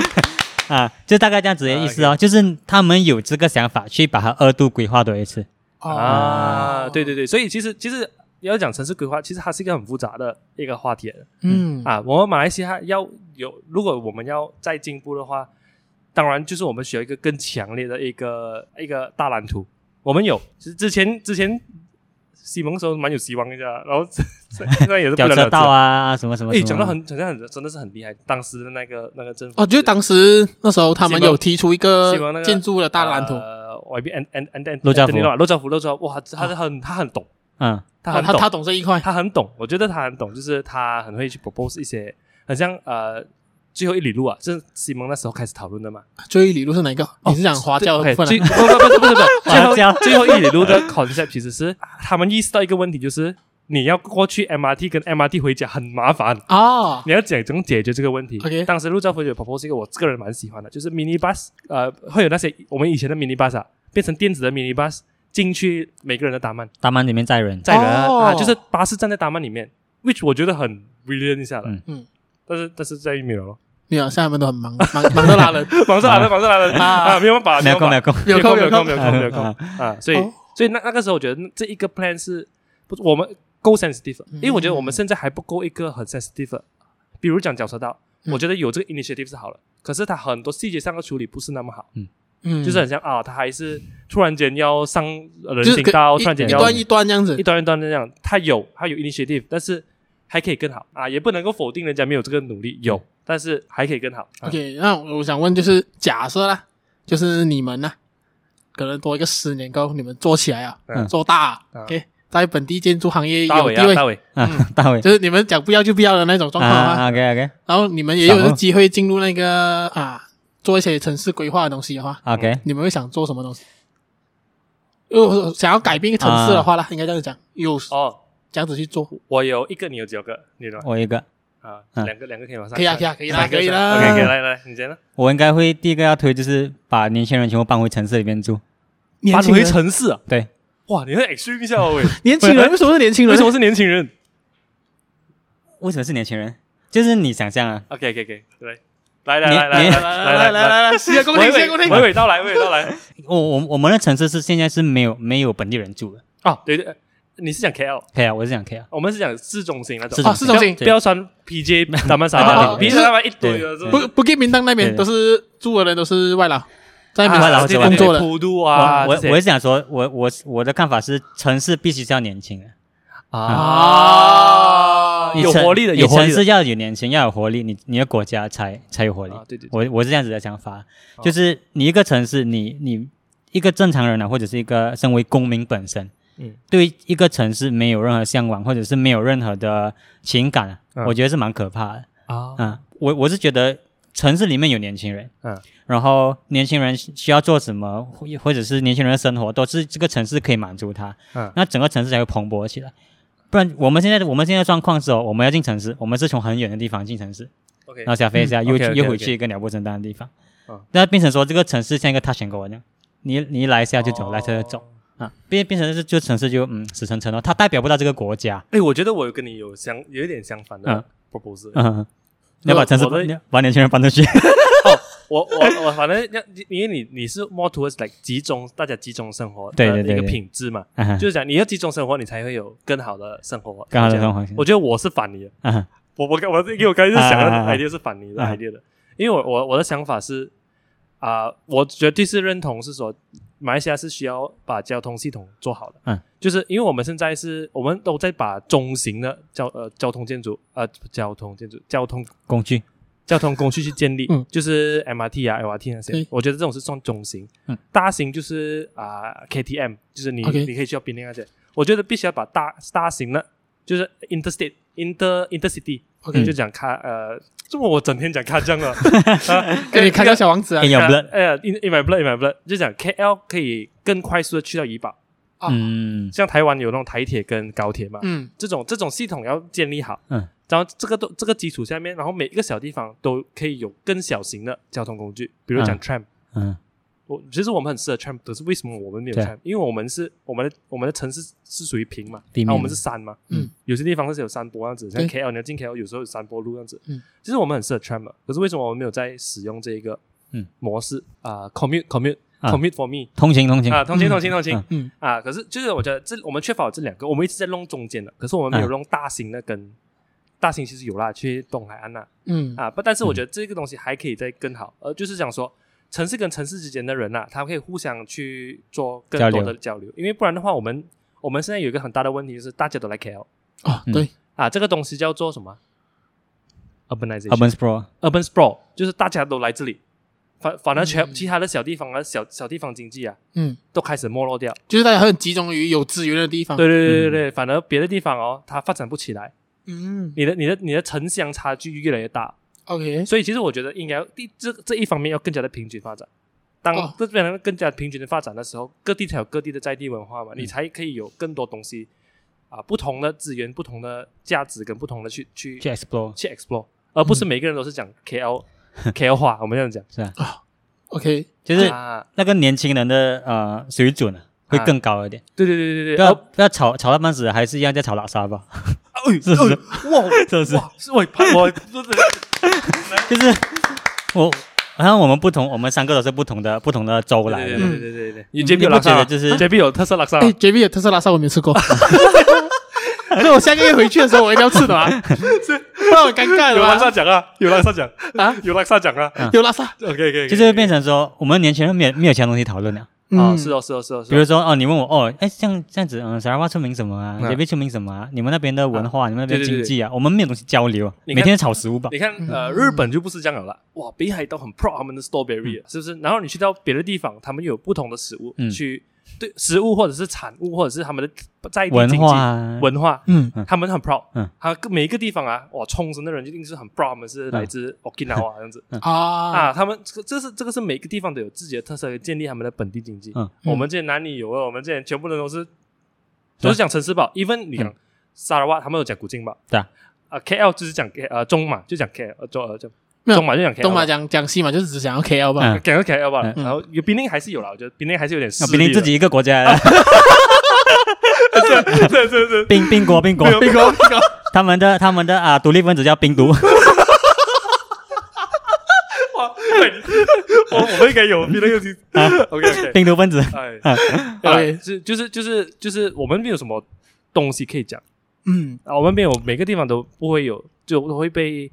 Speaker 3: 啊，就大概这样子的意
Speaker 2: 啊
Speaker 3: 思哦，就是他们有这个想法去把它二度规划多一次，
Speaker 1: 哦，
Speaker 2: 啊，对对对，所以其实其实要讲城市规划，其实它是一个很复杂的一个话题来的
Speaker 1: 嗯，
Speaker 2: 啊。我们马来西亚要有，如果我们要再进步的话，当然就是我们需要一个更强烈的一个一个大蓝图。我们有，其实之前之前西蒙的时候蛮有希望一下，然后现在也是不
Speaker 3: 吊
Speaker 2: 了了
Speaker 3: 车
Speaker 2: 之
Speaker 3: 道。啊，什么什么，
Speaker 2: 哎，
Speaker 3: 什么
Speaker 2: 讲的很，讲的很，真的是很厉害。当时的那个那个政府
Speaker 1: 哦，就是当时那时候他们有提出一
Speaker 2: 西蒙
Speaker 1: 个
Speaker 2: 那个
Speaker 1: 建筑的大蓝图，
Speaker 2: 呃，外边 and and and and
Speaker 3: 陆兆福
Speaker 2: 陆兆福，陆兆福，哇，他是很他很懂，
Speaker 3: 嗯
Speaker 2: 他
Speaker 1: 哦
Speaker 2: 很
Speaker 1: 他
Speaker 2: 懂，
Speaker 1: 他懂这一块。
Speaker 2: 他很懂，我觉得他很懂，就是他很会去 propose 一些，很像呃最后一里路啊，这是西蒙那时候开始讨论的嘛。
Speaker 1: 最后一里路是哪一个？你是讲华教的
Speaker 2: OK，
Speaker 1: 部分啊
Speaker 2: 最不不不是不是不是，最
Speaker 3: 华侨
Speaker 2: 后最后一里路的 concept 其实是他们意识到一个问题，就是你要过去 MRT 跟 MRT 回家很麻烦。
Speaker 1: 哦，
Speaker 2: 你要讲怎么解决这个问题
Speaker 1: OK
Speaker 2: 当时陆兆福有 propose 一个我个人蛮喜欢的，就是 mini bus，呃，会有那些我们以前的 mini bus 啊，变成电子的 mini bus 进去每个人的达曼，
Speaker 3: 大曼里面载人，
Speaker 2: 载人、
Speaker 1: 哦
Speaker 2: 啊，就是巴士站在达曼里面，which 我觉得很 brilliant 一下了，
Speaker 3: 嗯
Speaker 1: 嗯
Speaker 2: 但是但是在于没有了，
Speaker 1: 没有，现在他们都很忙，忙忙到拉人。
Speaker 2: <laughs> 马上来了，马上来了
Speaker 1: 啊
Speaker 2: 啊，没有办法，
Speaker 3: 没有空没
Speaker 2: 办
Speaker 3: 有空，
Speaker 2: 法，
Speaker 1: 有空
Speaker 2: 没有
Speaker 1: 有
Speaker 2: 空，没有
Speaker 3: 空
Speaker 2: 空，没有空
Speaker 3: 啊
Speaker 2: 啊，所以
Speaker 1: 哦
Speaker 2: 所以那那个时候我觉得这一个 plan 是不我们够 sensitive，的
Speaker 1: 嗯
Speaker 2: 因为我觉得我们现在还不够一个很 sensitive，的比如讲脚车道，
Speaker 1: 嗯
Speaker 2: 我觉得有这个 initiative 是好了，可是它很多细节上的处理不是那么好，
Speaker 1: 嗯，
Speaker 2: 就是很像啊，它还是突然间要上人
Speaker 1: 就是
Speaker 2: 行
Speaker 1: 可
Speaker 2: 道，
Speaker 1: 一
Speaker 2: 突然间
Speaker 1: 一
Speaker 2: 要
Speaker 1: 端一端这样子
Speaker 2: 一。段一段的这样，他有他有 initiative，但是还可以更好啊，也不能够否定人家没有这个努力，有，但是还可以更好。啊
Speaker 1: 嗯 OK，那我想问，就是假设啦，就是你们呢，可能多一个十年过后，你们做起来啊
Speaker 2: 嗯，
Speaker 1: 做大
Speaker 2: 嗯
Speaker 1: ，OK，在本地建筑行业
Speaker 2: 大
Speaker 1: 有
Speaker 2: 伟
Speaker 1: 地
Speaker 2: 啊，
Speaker 1: 位
Speaker 2: 大，伟，
Speaker 3: 啊，大伟
Speaker 1: 就是你们讲不要就不要的那种状况啊。
Speaker 3: 啊，OK OK
Speaker 1: 然后你们也有机会进入那个啊，做一些城市规划的东西的话，
Speaker 3: OK，
Speaker 1: 你们会想做什么东西？如果想要改变一个城市的话啦，应该这样讲，有
Speaker 2: 哦，
Speaker 1: 这样子去做，
Speaker 2: 我有一个，你有几个？你呢？
Speaker 3: 我一个。
Speaker 2: 啊，
Speaker 3: 嗯
Speaker 2: 两个，两个可以往上。
Speaker 1: 可以啊，可以啊，可以啦，
Speaker 2: 三个
Speaker 1: 可以啊啦。
Speaker 2: OK，可以，来来，你先啊呢？
Speaker 3: 我应该会第一个要推就是把年轻人全部搬回城市里面住。
Speaker 1: 年
Speaker 2: 搬
Speaker 1: 轻
Speaker 2: 回
Speaker 1: 人，
Speaker 2: 城市啊？
Speaker 3: 对，
Speaker 2: 哇，你很 extreme 一下
Speaker 1: <laughs>
Speaker 2: 哦，喂，
Speaker 1: 年轻人为什么是年轻人？
Speaker 2: 为什么是年轻人
Speaker 3: 为什么是年轻人？就是你想象啊，
Speaker 2: ？OK，OK，OK，来。来来来来
Speaker 3: 你
Speaker 2: 来来来来来来，
Speaker 1: 时间公
Speaker 2: 娓
Speaker 1: 听，时间公
Speaker 2: 娓
Speaker 1: 听。
Speaker 2: 娓娓道来，娓娓道
Speaker 1: <laughs> 啊
Speaker 2: 来。
Speaker 3: 我我我们的城市是现在是没有没有本地人住的。
Speaker 2: 哦，对对，你是讲 KL，
Speaker 3: 可以啊，我是想 K 啊，
Speaker 2: 我们是讲市中心那种
Speaker 3: 市。
Speaker 1: 哦，市中心
Speaker 2: 不要穿 PJ 打扮啥
Speaker 1: <laughs> 啊
Speaker 2: 的
Speaker 1: 对
Speaker 2: ，PJ 打扮一堆的，这种
Speaker 1: 不不给名单那边都是住的人都是外劳，在
Speaker 3: 啊
Speaker 1: 马
Speaker 3: 外劳
Speaker 1: 来
Speaker 3: 是
Speaker 1: 西
Speaker 3: 吧
Speaker 1: 亚工作的
Speaker 2: 普渡啊，
Speaker 3: 我我
Speaker 2: 这些
Speaker 3: 我是想说，我我我的看法是，城市必须是要年轻的，啊，
Speaker 1: 啊
Speaker 3: 你
Speaker 2: 有
Speaker 3: 城
Speaker 2: 活力的
Speaker 3: 你
Speaker 2: 有活力
Speaker 3: 城
Speaker 2: 的
Speaker 3: 市要有年轻，要有活力，你你的国家才才有活力。
Speaker 2: 啊对对对哦
Speaker 3: 我我是这样子的想法，就是你一个城市，你你一个正常人啊，或者是一个身为公民本身，
Speaker 2: 嗯，
Speaker 3: 对一个城市没有任何向往，或者是没有任何的情感啊，
Speaker 2: 嗯
Speaker 3: 我觉得是蛮可怕的。
Speaker 2: 啊
Speaker 3: 啊，我我是觉得城市里面有年轻人，
Speaker 2: 嗯，
Speaker 3: 然后年轻人需需要做什么，或或者是年轻人的生活，都是这个城市可以满足他，
Speaker 2: 嗯
Speaker 3: 那整个城市才会蓬勃起来。不然我们现在的我们现在的状况是哦，我们要进城市，我们是从很远的地方进城市，
Speaker 2: ，OK，
Speaker 3: 然后小飞一下，
Speaker 2: 嗯
Speaker 3: 又
Speaker 2: OK，OK，
Speaker 3: 又回
Speaker 2: OK
Speaker 3: 去一个鸟不生蛋的地方
Speaker 2: 嗯，
Speaker 3: 那变成说这个城市像一个 touch and go 一样，你你一来一下就走，来一下就走。
Speaker 2: 哦
Speaker 3: 啊，变变成是就城市就嗯死沉沉了，它代表不到这个国家，
Speaker 2: 哎，我觉得我跟你有相有一点相反
Speaker 3: 嗯
Speaker 2: 的 proposal，
Speaker 3: 嗯，你要把城市
Speaker 2: 我的
Speaker 3: 搬你要把年轻人搬出
Speaker 2: <laughs>
Speaker 3: 去，
Speaker 2: 我我我反正要，因为你你是 more towards like 集中大家集中生活的
Speaker 3: 对对对
Speaker 2: 一个
Speaker 3: 对
Speaker 2: 品质嘛，
Speaker 3: 啊哈
Speaker 2: 就是讲你要集中生活，你才会有更好的生活。
Speaker 3: 更好的
Speaker 2: 这样
Speaker 3: 生活
Speaker 2: 我觉得我是反你的，
Speaker 3: 啊哈
Speaker 2: 我我我因为我刚才是想
Speaker 3: 啊啊
Speaker 2: 的
Speaker 3: 啊
Speaker 2: idea 是反你的
Speaker 3: 啊
Speaker 2: idea 的，因为我我我的想法是啊、我绝对是认同是说马来西亚是需要把交通系统做好的，
Speaker 3: 嗯，
Speaker 2: 就是因为我们现在是我们都在把中型的交呃交通建筑呃交通建筑交通
Speaker 3: 工具，
Speaker 2: 交通工具去建立，
Speaker 1: 嗯
Speaker 2: 就是 MRT 啊、LRT 那些
Speaker 1: 对，
Speaker 2: 我觉得这种是算中型，
Speaker 3: 嗯
Speaker 2: 大型就是啊、KTM，就是你
Speaker 1: OK
Speaker 2: 你可以去到槟城那些，我觉得必须要把大大型的，就是 Interstate、Inter Intercity，
Speaker 1: OK
Speaker 2: 就讲卡呃，这么我整天讲卡江了，啊
Speaker 1: 给你看到小王子啊
Speaker 3: In，your blood，
Speaker 2: <laughs> 哎呀，in in my blood in my blood，就讲 KL 可以更快速的去到怡保，
Speaker 1: 啊
Speaker 3: 嗯
Speaker 2: 像台湾有那种台铁跟高铁嘛，
Speaker 1: 嗯，
Speaker 2: 这种这种系统要建立好，
Speaker 3: 嗯，
Speaker 2: 然后这个都这个基础下面，然后每一个小地方都可以有更小型的交通工具，比如讲
Speaker 3: 嗯
Speaker 2: tram，、
Speaker 3: 嗯
Speaker 2: 我其实我们很适合 tram，可是为什么我们没有
Speaker 3: 对
Speaker 2: tram？因为我们是我们的我们的城市是属于平嘛，
Speaker 3: 地面
Speaker 2: 然后我们是山嘛，
Speaker 1: 嗯，
Speaker 2: 有些地方是有山坡这样子，像
Speaker 1: 对
Speaker 2: KL 你要进 KL 有时候有山坡路这样子，
Speaker 1: 嗯，
Speaker 2: 其实我们很适合 tram 的，可是为什么我们没有在使用这一个
Speaker 3: 嗯
Speaker 2: 模式啊、c o m m u t e commute
Speaker 3: 啊
Speaker 2: commute for me
Speaker 3: 通勤通勤
Speaker 2: 啊，通勤
Speaker 1: 嗯
Speaker 2: 通勤通勤
Speaker 3: 嗯，
Speaker 1: 嗯
Speaker 2: 啊，可是就是我觉得这我们缺乏这两个，我们一直在弄中间的，可是我们没有
Speaker 3: 嗯
Speaker 2: 弄大型的跟、大型其实有啦，去东海岸啦
Speaker 1: 嗯
Speaker 2: 啊，不，但是我觉得这个东西还可以再更好，呃，就是想说城市跟城市之间的人呐、啊他可以互相去做更
Speaker 3: 交
Speaker 2: 多
Speaker 3: 流
Speaker 2: 的交流，因为不然的话，我们我们现在有一个很大的问题就是大家都来 KL
Speaker 1: 哦，对，
Speaker 2: 啊，这个东西叫做什么？urbanization，urban
Speaker 3: ，Urban Sprawl，
Speaker 2: urban sprawl，就是大家都来这里，反反而全、其他的小地方啊，小小地方经济啊，
Speaker 1: 嗯，
Speaker 2: 都开始没落掉。
Speaker 1: 就是大家很集中于有资源的地方，
Speaker 2: 对，对对对对，反而别的地方哦，它发展不起来，
Speaker 1: 嗯
Speaker 2: 你的你的你的城乡差距越来越大，
Speaker 1: ，OK，
Speaker 2: 所以其实我觉得应该要第这这一方面要更加的平均发展。当
Speaker 1: 哦
Speaker 2: 这边更加平均的发展的时候，各地才有各地的在地文化嘛，你才可以有更多东西啊，不同的资源、不同的价值跟不同的去去
Speaker 3: 去 Explore，
Speaker 2: 去 explore，而不是每个人都是讲 KL KL 话，我们这样讲，
Speaker 1: OK，
Speaker 3: 就是
Speaker 2: 啊，
Speaker 3: 那个年轻人的呃水准啊，会
Speaker 2: 啊
Speaker 3: 更高一点，
Speaker 2: 对对对对
Speaker 3: 不
Speaker 2: 对，
Speaker 3: 要
Speaker 2: 啊
Speaker 3: 不要吵吵到半死，还是一样在吵拉撒吧， <laughs>
Speaker 2: 哎
Speaker 3: 是不是
Speaker 2: 哎哇
Speaker 3: 是不是
Speaker 2: 哇，是我怕我真的
Speaker 3: 就是我，好像我们不同，我们三个都是不同的不同的州来
Speaker 2: 对
Speaker 3: 的，
Speaker 2: 对对对对，你
Speaker 3: 嗯
Speaker 2: JB 有
Speaker 3: 你不
Speaker 2: 拉萨
Speaker 3: 觉得
Speaker 2: 吗，
Speaker 3: 就是
Speaker 2: JB 有特色拉萨吗
Speaker 1: 哎，，JB 的特色拉萨我没有吃过， <laughs> 所以我下个月回去的时候我一定要吃的啊，不然我尴尬
Speaker 2: <laughs> 有拉萨
Speaker 1: 了
Speaker 2: 奖啊，有拉萨奖，
Speaker 1: 嘛啊，
Speaker 2: <laughs> 有拉萨奖啊。
Speaker 1: 有拉萨，
Speaker 2: OK OK，
Speaker 3: 嗯就是会变成说我们年轻人没有没有其他东西讨论了。
Speaker 2: 啊，
Speaker 1: 嗯
Speaker 2: 是哦是哦是哦，是
Speaker 3: 比
Speaker 2: 哦
Speaker 3: 如说哦，你问我哦，哎，像这样子，嗯，沙拉瓦出名什么啊？
Speaker 2: 嗯
Speaker 3: 这边出名什么啊？你们那边的文化，你们那边的
Speaker 2: 对对
Speaker 3: 经
Speaker 2: 对
Speaker 3: 济啊，我们没有东西交流啊，
Speaker 2: 你
Speaker 3: 每
Speaker 2: 看
Speaker 3: 天炒食物吧
Speaker 2: 你。看
Speaker 3: 嗯
Speaker 2: 呃，日本就不是这样了啦。哇，北海道很 proud 他们的 strawberry，啊是不是？然后你去到别的地方，他们有不同的食物
Speaker 3: 嗯
Speaker 2: 去对食物或者是产物或者是他们的在地
Speaker 3: 文
Speaker 2: 经济
Speaker 3: 化啊
Speaker 2: 文化。
Speaker 1: 嗯
Speaker 2: 他们很 proud，
Speaker 3: 嗯，
Speaker 2: 他每一个地方啊，哇，冲绳的人一定是很 proud，他们
Speaker 3: 嗯
Speaker 2: 是来自 Okinawa 这样子
Speaker 1: 啊，
Speaker 2: 啊，他们这个这是这个是每个地方都有自己的特色，建立他们的本地经济。
Speaker 3: 嗯，
Speaker 2: 我们之前哪里有啊？我们之前全部人都是都是讲城市吧，even 你讲沙拉瓦，他们有讲古晋吧？
Speaker 3: 嗯对啊，
Speaker 2: 啊，KL 就是讲 K 呃中嘛，就讲 K 呃中呃中
Speaker 1: 没有
Speaker 2: 中嘛就讲 K，
Speaker 1: 东马讲讲西马就是只想要 KL 吧，
Speaker 3: 嗯
Speaker 2: 讲到 KL 吧，
Speaker 3: 嗯
Speaker 2: 然后有槟榔还是有啦，我觉得槟榔还是有点势
Speaker 3: 那
Speaker 2: 力的，
Speaker 3: 比你自己一个国家，
Speaker 2: <laughs> 对对对对，
Speaker 3: 冰冰国冰国，
Speaker 1: 冰哥，冰哥，
Speaker 3: <laughs> 他们的他们的啊独立分子叫冰毒。
Speaker 2: 哇，对我我们应该有槟榔
Speaker 3: <laughs>
Speaker 2: 有听，OK
Speaker 3: 啊
Speaker 2: OK，
Speaker 3: 病毒分
Speaker 2: <laughs>
Speaker 3: 子。
Speaker 2: 哎
Speaker 3: 啊，
Speaker 2: 哎
Speaker 1: OK
Speaker 2: 是就是就是就是我们没有什么东西可以讲。
Speaker 1: 嗯
Speaker 2: 啊，我们没有每个地方都不会有，就都会被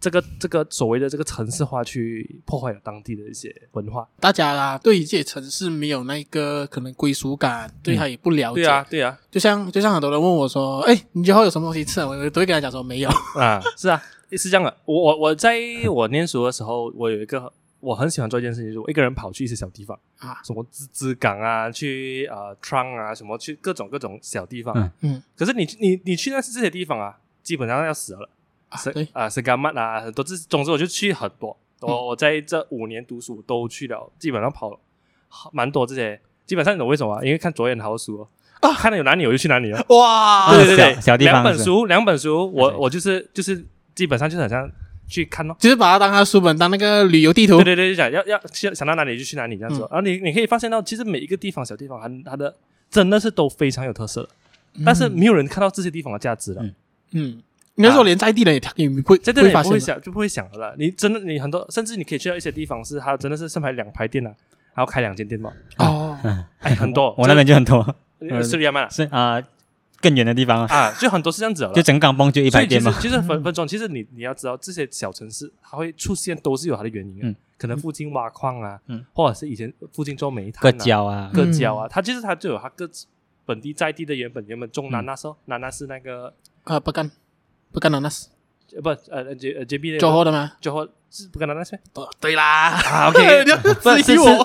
Speaker 2: 这个这个所谓的这个城市化去破坏了当地的一些文化。
Speaker 1: 大家啦，对于这些城市没有那个可能归属感，对他也不了解。
Speaker 2: 对啊，，对啊，
Speaker 1: 就像就像很多人问我说：“哎，你以后有什么东西吃啊？”我都会跟他讲说没有。
Speaker 2: 啊，是啊，是这样的。我我我在我念书的时候，我有一个我很喜欢做一件事情，就是我一个人跑去一些小地方
Speaker 1: 啊
Speaker 2: 什么芝芝港啊，去呃 t r a n 啊，什么去各种各种小地方。
Speaker 3: 嗯
Speaker 1: 嗯，
Speaker 2: 可是你你你去那这些地方啊，基本上要死了。
Speaker 1: 啊
Speaker 2: 是
Speaker 1: <laughs> 对
Speaker 2: 啊，是干嘛啊，很多这总之我就去很多。
Speaker 1: 嗯
Speaker 2: 我我在这五年读书都去了，基本上跑了好蛮多这些。基本上你懂为什么吗？因为看左眼好书哦，看到有哪里我就去哪里哦。
Speaker 1: 哇，
Speaker 2: 对对对，
Speaker 3: 小小地方
Speaker 2: 两本
Speaker 3: 是
Speaker 2: 书，两本书，
Speaker 3: 对
Speaker 2: 我我就是就是基本上就是很像去看咯。
Speaker 1: 就是把它当他书本，当那个旅游地图
Speaker 2: 对。对对，就想要要想想到哪里就去哪里这样子哦。然后你你可以发现到，其实每一个地方小地方，它它的真的是都非常有特色的，但是没有人看到这些地方的价值了
Speaker 3: 嗯。
Speaker 1: 嗯，你要说连在地人也也不会
Speaker 2: 在
Speaker 1: 不
Speaker 2: 啊这
Speaker 1: 会
Speaker 2: 里不
Speaker 1: 发
Speaker 2: 会
Speaker 1: 现的。
Speaker 2: 想就不会想了啦。你真的你很多，甚至你可以去到一些地方是它真的是上海两排店啊，然后开两间店嘛，
Speaker 1: 哦，
Speaker 3: 嗯，
Speaker 2: 哎，很多。
Speaker 3: 我那边就很多，
Speaker 2: 是里亚曼
Speaker 3: 是啊、更远的地方啊，
Speaker 2: 啊，就很多是这样子了啦。
Speaker 3: 就整个港崩就一
Speaker 2: 所
Speaker 3: 百
Speaker 2: 以其
Speaker 3: 间
Speaker 2: 实
Speaker 3: 嘛。
Speaker 2: 其实
Speaker 3: <laughs>
Speaker 2: 分分钟，其实你你要知道，这些小城市它会出现都是有它的原因的，
Speaker 3: 嗯
Speaker 2: 可能附近挖矿啊，
Speaker 3: 嗯
Speaker 2: 或者是以前附近做煤炭、
Speaker 3: 割
Speaker 2: 啊、
Speaker 3: 胶啊，
Speaker 2: 割胶啊，它其实它就有它各自本地在地的原本原本中南那时候，
Speaker 3: 嗯
Speaker 2: 南那是那个
Speaker 1: 啊，不干，不干了那是
Speaker 2: 呃不呃呃 J 呃 JB 的
Speaker 1: 最后的吗？
Speaker 2: 九号是不跟南那是
Speaker 1: 哦对啦，
Speaker 2: <laughs> 啊
Speaker 1: <laughs>
Speaker 2: OK，
Speaker 1: 你要
Speaker 2: 不是
Speaker 1: 质
Speaker 2: 是
Speaker 1: 疑我。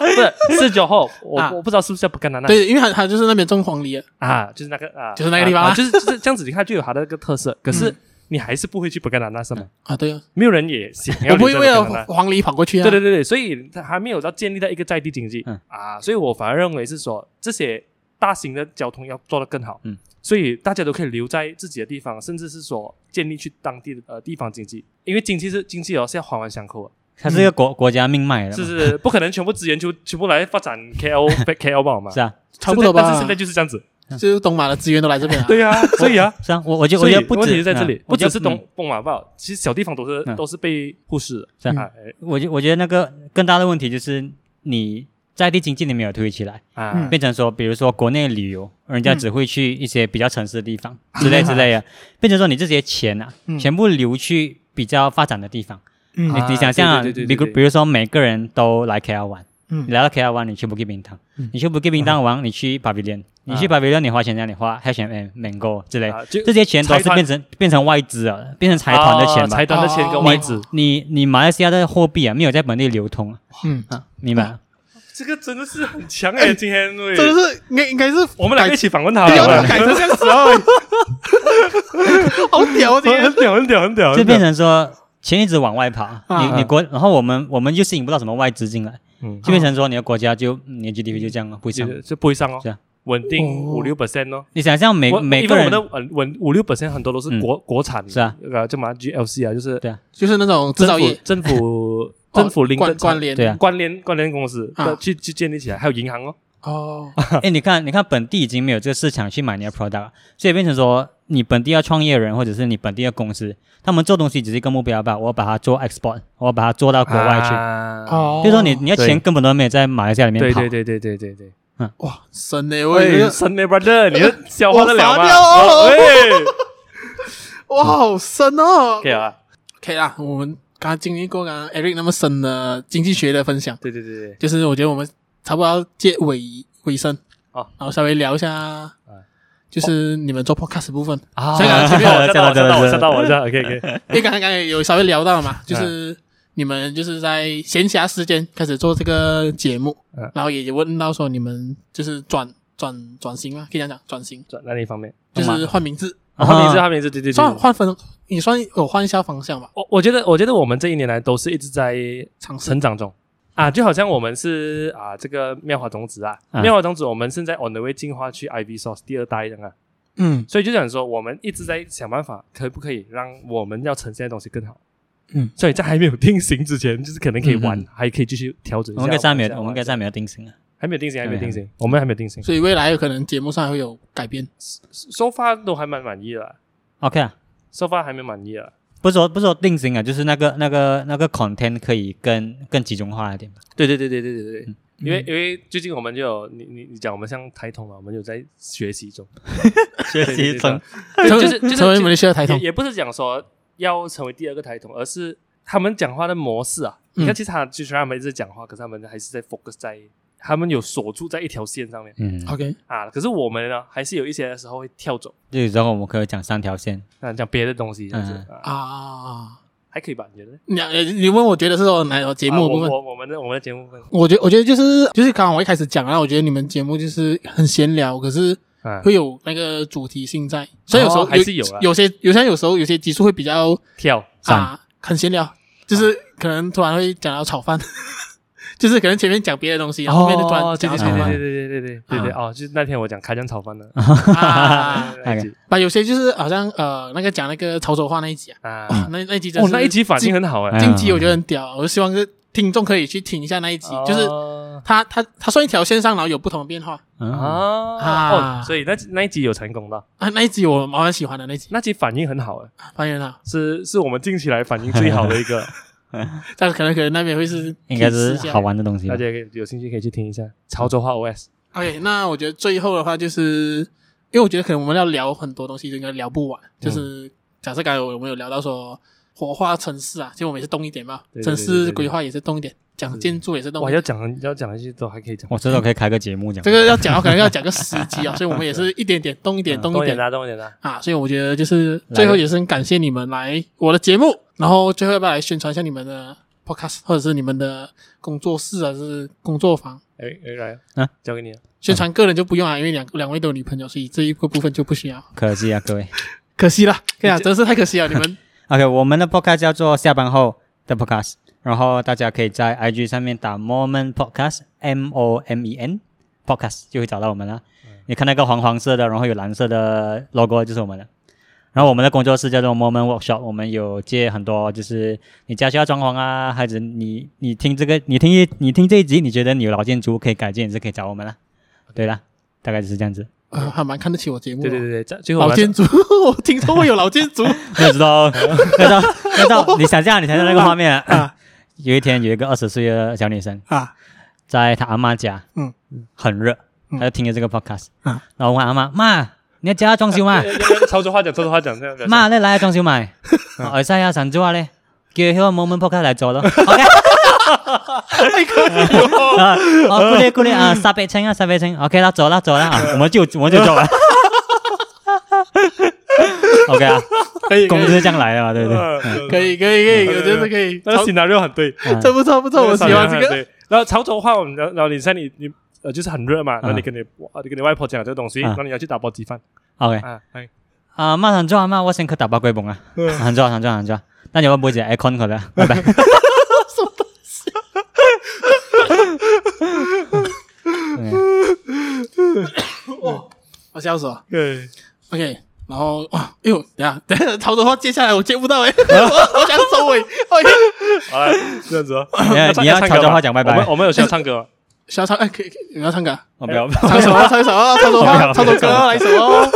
Speaker 2: 是是九号，我
Speaker 1: 啊
Speaker 2: 我不知道是不是叫不跟南那
Speaker 1: 对，因为他他就是那边种黄梨的，
Speaker 2: 啊，就是那个啊，
Speaker 1: 就是那个地方啊
Speaker 2: 啊，啊就是就是这样子，你看就有它的那个特色，可是
Speaker 1: 嗯
Speaker 2: 你还是不会去不跟南那是吗？
Speaker 1: 啊，对啊，
Speaker 2: 没有人也想要
Speaker 1: 我不会
Speaker 2: 留
Speaker 1: 为
Speaker 2: 在
Speaker 1: 了
Speaker 2: Bukanana
Speaker 1: 黄梨跑过去啊。
Speaker 2: 对对对对，所以它还没有到建立到一个在地经济、
Speaker 3: 嗯
Speaker 2: 啊，所以我反而认为是说这些大型的交通要做得更好，
Speaker 3: 嗯，
Speaker 2: 所以大家都可以留在自己的地方，甚至是说建立去当地的呃地方经济，因为经济是经济哦是要环环相扣的，
Speaker 3: 它是一个国国家命脉的嘛，
Speaker 2: 是是是不可能全部资源就全部来发展
Speaker 3: <laughs>
Speaker 2: KL 被 KL 吧嘛，
Speaker 3: 是啊，
Speaker 1: 差不多吧
Speaker 2: 但是现在就是这样子，
Speaker 1: 就是东马的资源都来这边了。
Speaker 2: 对啊，所以啊。
Speaker 3: 是啊，我我觉得
Speaker 2: 所
Speaker 3: 我
Speaker 2: 以
Speaker 3: 觉得不
Speaker 2: 问
Speaker 3: 止
Speaker 2: 题就在这里
Speaker 3: 嗯，
Speaker 2: 不
Speaker 3: 我觉得
Speaker 2: 只是
Speaker 3: 嗯
Speaker 2: 东东马吧，其实小地方都是
Speaker 3: 嗯
Speaker 2: 都是被忽视的。
Speaker 3: 是啊
Speaker 1: 嗯
Speaker 2: 啊哎
Speaker 3: 我觉我觉得那个更大的问题就是你在地经济你没有推起来，
Speaker 1: 嗯
Speaker 2: 啊，
Speaker 3: 变成说，比如说国内旅游，人家只会去一些比较城市的地方之类之
Speaker 1: <laughs>
Speaker 3: 类的，变成说你这些钱啊
Speaker 1: 嗯，
Speaker 3: 全部流去比较发展的地方。
Speaker 1: 嗯
Speaker 3: 你你想象啊，
Speaker 2: 对对对
Speaker 3: 比
Speaker 2: 对
Speaker 3: 如
Speaker 2: 对
Speaker 3: 比如说每个人都来 KL 玩，你
Speaker 1: 嗯
Speaker 3: 来到 KL 玩，你去 Bukit Bintang，
Speaker 1: 嗯
Speaker 3: 你去 Bukit Bintang 玩，你去 Pavilion，你去 Pavilion 你花钱让你花 H M Mango 之类，
Speaker 2: 啊就
Speaker 3: 这些钱都
Speaker 2: 财
Speaker 3: 是
Speaker 2: 团
Speaker 3: 变成变成外资啊，变哎成财团的钱
Speaker 2: 啊
Speaker 3: 吧
Speaker 2: 财。团的钱跟
Speaker 1: 哦
Speaker 2: 外资，
Speaker 3: 你你马来西亚的货币啊，没有在本地流通啊
Speaker 1: 嗯，
Speaker 3: 啊，明白吗？
Speaker 2: 这个真的是很强哎、今天对
Speaker 1: 真的是应该应该是
Speaker 2: 我们两个一起访问他
Speaker 1: 不要
Speaker 2: <laughs> 了，
Speaker 1: 改成这样子哦， <laughs> 好屌哦！今天
Speaker 2: 很屌，很屌，很屌，
Speaker 3: 就
Speaker 2: 很
Speaker 3: 变
Speaker 2: 屌。
Speaker 3: 成说钱一直往外跑，
Speaker 1: 啊
Speaker 3: 你你国，然后我们我们就吸引不到什么外资进来，
Speaker 2: 嗯
Speaker 3: 就变成说你的国家就你的 GDP 就这样了，不
Speaker 2: 就
Speaker 3: 上。
Speaker 2: 是就不会上哦
Speaker 3: 是啊，
Speaker 2: 稳定
Speaker 1: 哦
Speaker 2: 五六 percent 哦。
Speaker 3: 你想象每
Speaker 2: 我
Speaker 3: 每
Speaker 2: 因
Speaker 3: 个
Speaker 2: 为我
Speaker 3: 人
Speaker 2: 们的稳稳五六 percent 很多都是
Speaker 3: 嗯
Speaker 2: 国国产，
Speaker 3: 是啊，
Speaker 2: 呃，叫什么 GLC 啊，就是
Speaker 3: 对
Speaker 1: 就是那种制
Speaker 2: 政
Speaker 1: 造
Speaker 2: 府
Speaker 1: 业
Speaker 2: 政府政府零
Speaker 1: 哦关关联
Speaker 3: 对
Speaker 2: <laughs>
Speaker 3: 啊，
Speaker 2: 关联关联公司
Speaker 1: 啊
Speaker 2: 的去去建立起来，还有银行哦，
Speaker 1: 哦，
Speaker 3: 哎，你看你看本地已经没有这个市场去买你的 product，了所以变成说你本地要创业人或者是你本地的公司，他们做东西只是一个目标吧，我把它做 export，我把它做到国外去。
Speaker 2: 去。
Speaker 1: 哦，
Speaker 3: 就是说你你的钱
Speaker 2: 啊对
Speaker 3: 根本都没有在马来西亚里面
Speaker 2: 对
Speaker 3: 跑，
Speaker 2: 对对对对对对，
Speaker 1: 哇，神嘞！我以为
Speaker 2: 喂，
Speaker 1: 是
Speaker 2: 神的 brother，你是消化得了吗
Speaker 1: 哎我傻掉？哦
Speaker 2: 哦喂
Speaker 1: 哇，好深哦
Speaker 2: ，OK 啊，
Speaker 1: ！OK 啦，我们刚刚经历过刚刚 Eric 那么深的经济学的分享，
Speaker 2: 对对对对，
Speaker 1: 就是我觉得我们差不多要接尾尾声
Speaker 2: 哦，
Speaker 1: 然后稍微聊一下
Speaker 2: 哎，
Speaker 1: 就是你们做 podcast 的部分，
Speaker 2: 啊
Speaker 1: 香港
Speaker 2: <laughs>
Speaker 1: 前面
Speaker 2: 吓到我吓到我吓
Speaker 3: 真的真的
Speaker 2: 到我吓到我，OK <laughs> OK。
Speaker 1: 因为刚才刚才有稍微聊到
Speaker 2: 哎
Speaker 1: 嘛，就是你们就是在闲暇时间开始做这个节目
Speaker 2: 嗯，
Speaker 1: 然后也问到说你们就是转转转型嘛，可以讲讲转型，
Speaker 2: 转哪里方面？
Speaker 1: 就
Speaker 3: 懂
Speaker 1: 是换名字，
Speaker 2: 啊，换名字，换名字，对对对。
Speaker 1: 算换分，你算有换一下方向吧，
Speaker 2: 我我觉得，我觉得我们这一年来都是一直在
Speaker 1: 尝试
Speaker 2: 成长中啊，就好像我们是啊这个妙华种子啊，
Speaker 3: 嗯
Speaker 2: 妙华种子，我们现在 on the way 进化去 IV source 第二代这样啊，
Speaker 1: 嗯
Speaker 2: 所以就想说，我们一直在想办法，可不可以让我们要呈现的东西更好。
Speaker 1: 嗯，
Speaker 2: 所以在还没有定型之前，就是可能可以玩，
Speaker 3: 嗯
Speaker 2: 还可以继续调整一
Speaker 3: 我
Speaker 2: 下。
Speaker 3: 们跟上面
Speaker 2: 这样
Speaker 3: 我们跟上面有定型啊了。
Speaker 2: 还没有定型，还没有
Speaker 3: 对
Speaker 2: 定型，我们还没有定型。
Speaker 1: 所以未来有可能节目上会有改变，
Speaker 2: so far 都还蛮满意了
Speaker 3: OK 啊，
Speaker 2: ，so far 还没满意了。
Speaker 3: 不是说不是说定型啊，就是那个那个那个 content 可以更更集中化一点吧。
Speaker 2: 对对对对对对对，因为
Speaker 1: 嗯
Speaker 2: 因为最近我们就有你你你讲我们像台统嘛，我们有在学习中，
Speaker 3: 学
Speaker 2: 习中
Speaker 1: 成
Speaker 2: <laughs> 就是就是
Speaker 1: 成为你们的需要抬头
Speaker 2: 也，也不是讲说要成为第二个台统，而是他们讲话的模式啊，你看，
Speaker 1: 嗯
Speaker 2: 其实他其实他们一直讲话，可是他们还是在 focus 在他们有锁住在一条线上面
Speaker 3: 嗯，
Speaker 1: OK，
Speaker 2: 啊。可是我们呢，还是有一些时候会跳走，
Speaker 3: 这个时候我们可以讲三条线，
Speaker 2: 啊，讲别的东西，这样子啊，
Speaker 1: 啊，
Speaker 2: 还可以吧？你觉得呢？
Speaker 1: 你呃你问我觉得是说哪有节
Speaker 2: 啊
Speaker 1: 目的部
Speaker 2: 我
Speaker 1: 分？
Speaker 2: 我我们的我们的节目部分
Speaker 1: 我觉我觉得就是就是刚刚我一开始讲啊，我觉得你们节目就是很闲聊，可是
Speaker 2: 啊，
Speaker 1: 会有那个主题性在，所以有时候、
Speaker 2: 哦还是有啦
Speaker 1: 有些有些有时候有些集数会比较
Speaker 2: 跳
Speaker 1: 啊很闲聊，就是
Speaker 2: 啊
Speaker 1: 可能突然会讲到炒饭， <laughs> 就是可能前面讲别的东西，然后后面就突然讲到
Speaker 2: 哦对
Speaker 1: 炒
Speaker 2: 对
Speaker 1: 饭
Speaker 2: 对对对对对对对哦，就是那天我讲开江炒饭的
Speaker 1: <laughs> 啊。
Speaker 2: 那一集
Speaker 1: 把有些就是好像呃那个讲那个潮州话那一集啊，
Speaker 2: 啊，
Speaker 1: 啊那那一集真
Speaker 2: 哦
Speaker 1: 是
Speaker 2: 那一集反应很好哎，
Speaker 1: 近期我觉得很屌，我就希望是听众可以去听一下那一集，就是
Speaker 2: 哦
Speaker 1: 它它它算一条线上，然后有不同的变化
Speaker 3: 啊，
Speaker 2: 啊
Speaker 1: 啊
Speaker 2: 哦，所以那那一集有成功的，
Speaker 1: 啊。那一集我蛮喜欢的那一集，啊
Speaker 2: 那集反应很好哎，
Speaker 1: 发现了，
Speaker 2: 是是我们近期来反应最好的一个，
Speaker 1: 但是可能可能那边会是
Speaker 3: 应该是
Speaker 1: 提示一下
Speaker 3: 好。玩的东西吧
Speaker 2: 大。家可以有兴趣可以去听一下潮州话 OS。
Speaker 1: OK，那我觉得最后的话就是，因为我觉得可能我们要聊很多东西，应该聊不
Speaker 2: 嗯
Speaker 1: 完。就是假设刚才我们有聊到说活化城市啊，其实我们也是动一点嘛
Speaker 2: 对，对
Speaker 1: 城
Speaker 2: 对对
Speaker 1: 市
Speaker 2: 对
Speaker 1: 规划也是动一点，讲建筑也是动
Speaker 2: 哇，
Speaker 1: 一
Speaker 2: 要
Speaker 1: 点。
Speaker 2: 讲要讲一些都还可以讲，
Speaker 3: 我这时候可以开个节目讲
Speaker 1: 这个要讲，可能要讲个十集啊，所以我们也是一点点动一点动
Speaker 2: 动
Speaker 1: 一
Speaker 2: 嗯一
Speaker 1: 点
Speaker 2: 点啦，动一点啦。
Speaker 1: 啊，所以我觉得就是最后也是很感谢你们来我的节目，然后最后要不要来宣传一下你们的 podcast 或者是你们的工作室啊，还是工作坊？
Speaker 2: 哎哎来
Speaker 3: 啊，
Speaker 2: 交给你了。
Speaker 1: 宣传个人就不用啊，因为两两位都有女朋友，所以这一个部分就不需要，
Speaker 3: 可惜啊，各位。
Speaker 1: 可惜了，跟你讲真是太可惜了，你们
Speaker 3: OK，我们的 podcast 叫做下班后的 podcast，然后大家可以在 IG 上面打 Moment Podcast M O M E N Podcast 就会找到我们了。你看那个黄黄色的，然后有蓝色的 logo 就是我们的。然后我们的工作室叫做 Moment Workshop，我们有接很多，就是你家需要装潢啊，或者你你听这个，你听一你听这一集，你觉得你有老建筑可以改建，也是可以找我们了。对啦，大概就是这样子。
Speaker 1: 呃还蛮看得起我节目、哦
Speaker 2: 对对。对对，最后我
Speaker 1: 老
Speaker 2: 要
Speaker 1: 建筑， <laughs> 我听说会有老建筑 <laughs>
Speaker 3: <laughs> 没有知道，知道，知道，你想象，你想象那个画面啊！ <coughs> 有一天，有一个二十岁的小女生，
Speaker 1: 啊，
Speaker 3: 在她阿妈家，
Speaker 1: 嗯，
Speaker 3: 很热，
Speaker 1: 嗯
Speaker 3: 她就听着这个 podcast，
Speaker 1: 啊
Speaker 3: 然后我问阿妈：“妈，你要家装
Speaker 1: <laughs>
Speaker 3: 修吗
Speaker 2: 要？要要 <laughs> 潮州话讲，潮州话讲这样。 <laughs>
Speaker 3: 妈，你来啊装修
Speaker 1: 啊
Speaker 3: 咪？我晒下神州啊咧，叫佢個 moment podcast 嚟
Speaker 1: <laughs>
Speaker 3: 做咯。OK，啊
Speaker 2: 嗯
Speaker 3: 哦，鼓励鼓励啊，十倍清啊，十倍清。OK 啦，做啦做啦，啊我们就我们就做
Speaker 1: <laughs>
Speaker 3: 啦。OK 啊，
Speaker 1: 可以，可
Speaker 3: 工资
Speaker 1: 以，
Speaker 3: 是这样来的嘛，对不对？
Speaker 1: 可以，可
Speaker 2: <laughs>
Speaker 1: 以，可以，
Speaker 2: 对
Speaker 1: 我觉得可以，
Speaker 2: 嗯那个 scenario 很对，
Speaker 3: 嗯
Speaker 1: 这不错，不错，我喜欢这个。
Speaker 2: 对。然后潮州话，我们然后你像你你呃就是很热嘛，然后你跟你哇你跟你外婆讲这个东西，
Speaker 3: 啊
Speaker 2: 然后你要去打包鸡饭
Speaker 3: OK。
Speaker 2: 啊，哎
Speaker 3: 啊，马上做啊，妈，我先去打包鸡饭啊，行做行做行做，等陣我每隻 aircon 佢啦，拜拜。
Speaker 1: 我笑死了。
Speaker 2: 对，
Speaker 1: OK，然后哇，哎呦，等一下 <laughs> 等一下，潮州话接下来我接不到哎、我我想收尾。OK，哎
Speaker 2: <laughs> 好了，这样子哦。
Speaker 3: 你要潮州话讲拜拜
Speaker 2: 我们我们有需要唱歌哦吗？
Speaker 1: 小唱哎，可以，可以你要唱歌啊，
Speaker 3: 我不要，
Speaker 1: 唱什么？唱什么？唱什
Speaker 3: 不要
Speaker 1: 么？唱首歌哦，来一首哦，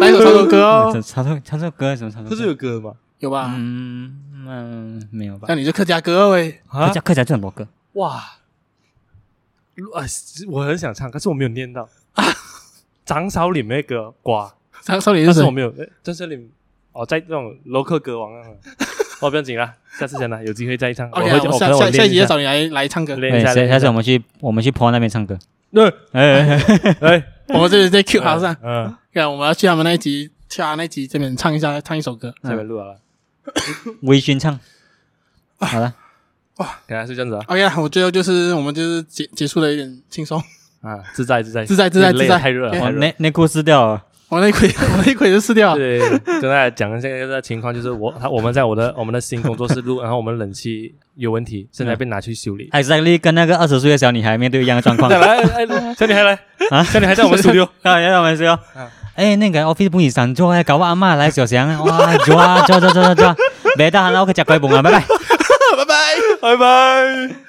Speaker 1: 来一首潮州歌哦，
Speaker 3: 唱首唱首歌什么唱首歌？
Speaker 2: 有歌吗？
Speaker 1: 有吧？
Speaker 3: 嗯嗯，没有吧
Speaker 1: 那？你就客家歌哦喂，
Speaker 3: 客
Speaker 2: 啊
Speaker 3: 家客家就很多歌，
Speaker 2: 哇！啊，我很想唱，可是我没有
Speaker 1: <laughs>
Speaker 2: 念到。长少岭那个瓜，
Speaker 1: 唱少年就
Speaker 2: 但
Speaker 1: 是
Speaker 2: 是我没有，呃张少岭哦，在这种楼客歌王
Speaker 1: <laughs>
Speaker 2: 啊，哦不要紧啦，下次真的有机会再唱。
Speaker 1: OK，
Speaker 2: 会
Speaker 1: 啊我下
Speaker 2: 可能
Speaker 1: 下下
Speaker 2: 练
Speaker 1: 一集
Speaker 2: 一
Speaker 1: 再找你来来唱歌。
Speaker 2: 练
Speaker 3: 哎
Speaker 2: 一下，
Speaker 3: 下
Speaker 2: 练一
Speaker 3: 下次
Speaker 2: 下
Speaker 3: 我。们去我们去坡那边唱歌，
Speaker 2: 对，
Speaker 3: 哎，
Speaker 2: 哎，
Speaker 1: 我们这里在 Q 他上，
Speaker 2: 嗯，
Speaker 1: 看我们要去他们那一集，去他那一集这边唱一下，唱一首歌。
Speaker 2: 这边录好了，
Speaker 3: 微醺唱，好了，
Speaker 2: 等下是这样子啊，
Speaker 1: OK，啊我最后就是我们就是结结束了一点轻松，
Speaker 2: 啊，自在自在
Speaker 1: 自在自在哦
Speaker 2: 累
Speaker 1: 自
Speaker 2: 了
Speaker 1: 在。
Speaker 2: 太热了，
Speaker 1: 对
Speaker 2: 太
Speaker 3: 我
Speaker 2: 热了。
Speaker 3: 内内裤撕掉了，
Speaker 1: 我那一捆 <laughs> 我那一捆就撕掉了。
Speaker 2: 对，跟大家讲一下这个情况，就是我他我们在我的我们的新工作室录，然后我们冷气有问题，现在被拿去修理。
Speaker 3: exactly 跟那个二十岁的小女孩面对一样的状
Speaker 2: <laughs>
Speaker 3: 况
Speaker 2: 再。来，哎，哎小女孩来
Speaker 3: 啊
Speaker 2: 小女孩在我们 studio，
Speaker 3: 啊，有没有
Speaker 2: 嗯？
Speaker 3: 哎，那个 office 不是上桌诶，搞我阿妈来小祥，哇，做啊做做做做做，别得闲啦，我去食鸡饭啊，拜拜。
Speaker 1: 拜拜。
Speaker 2: 拜拜。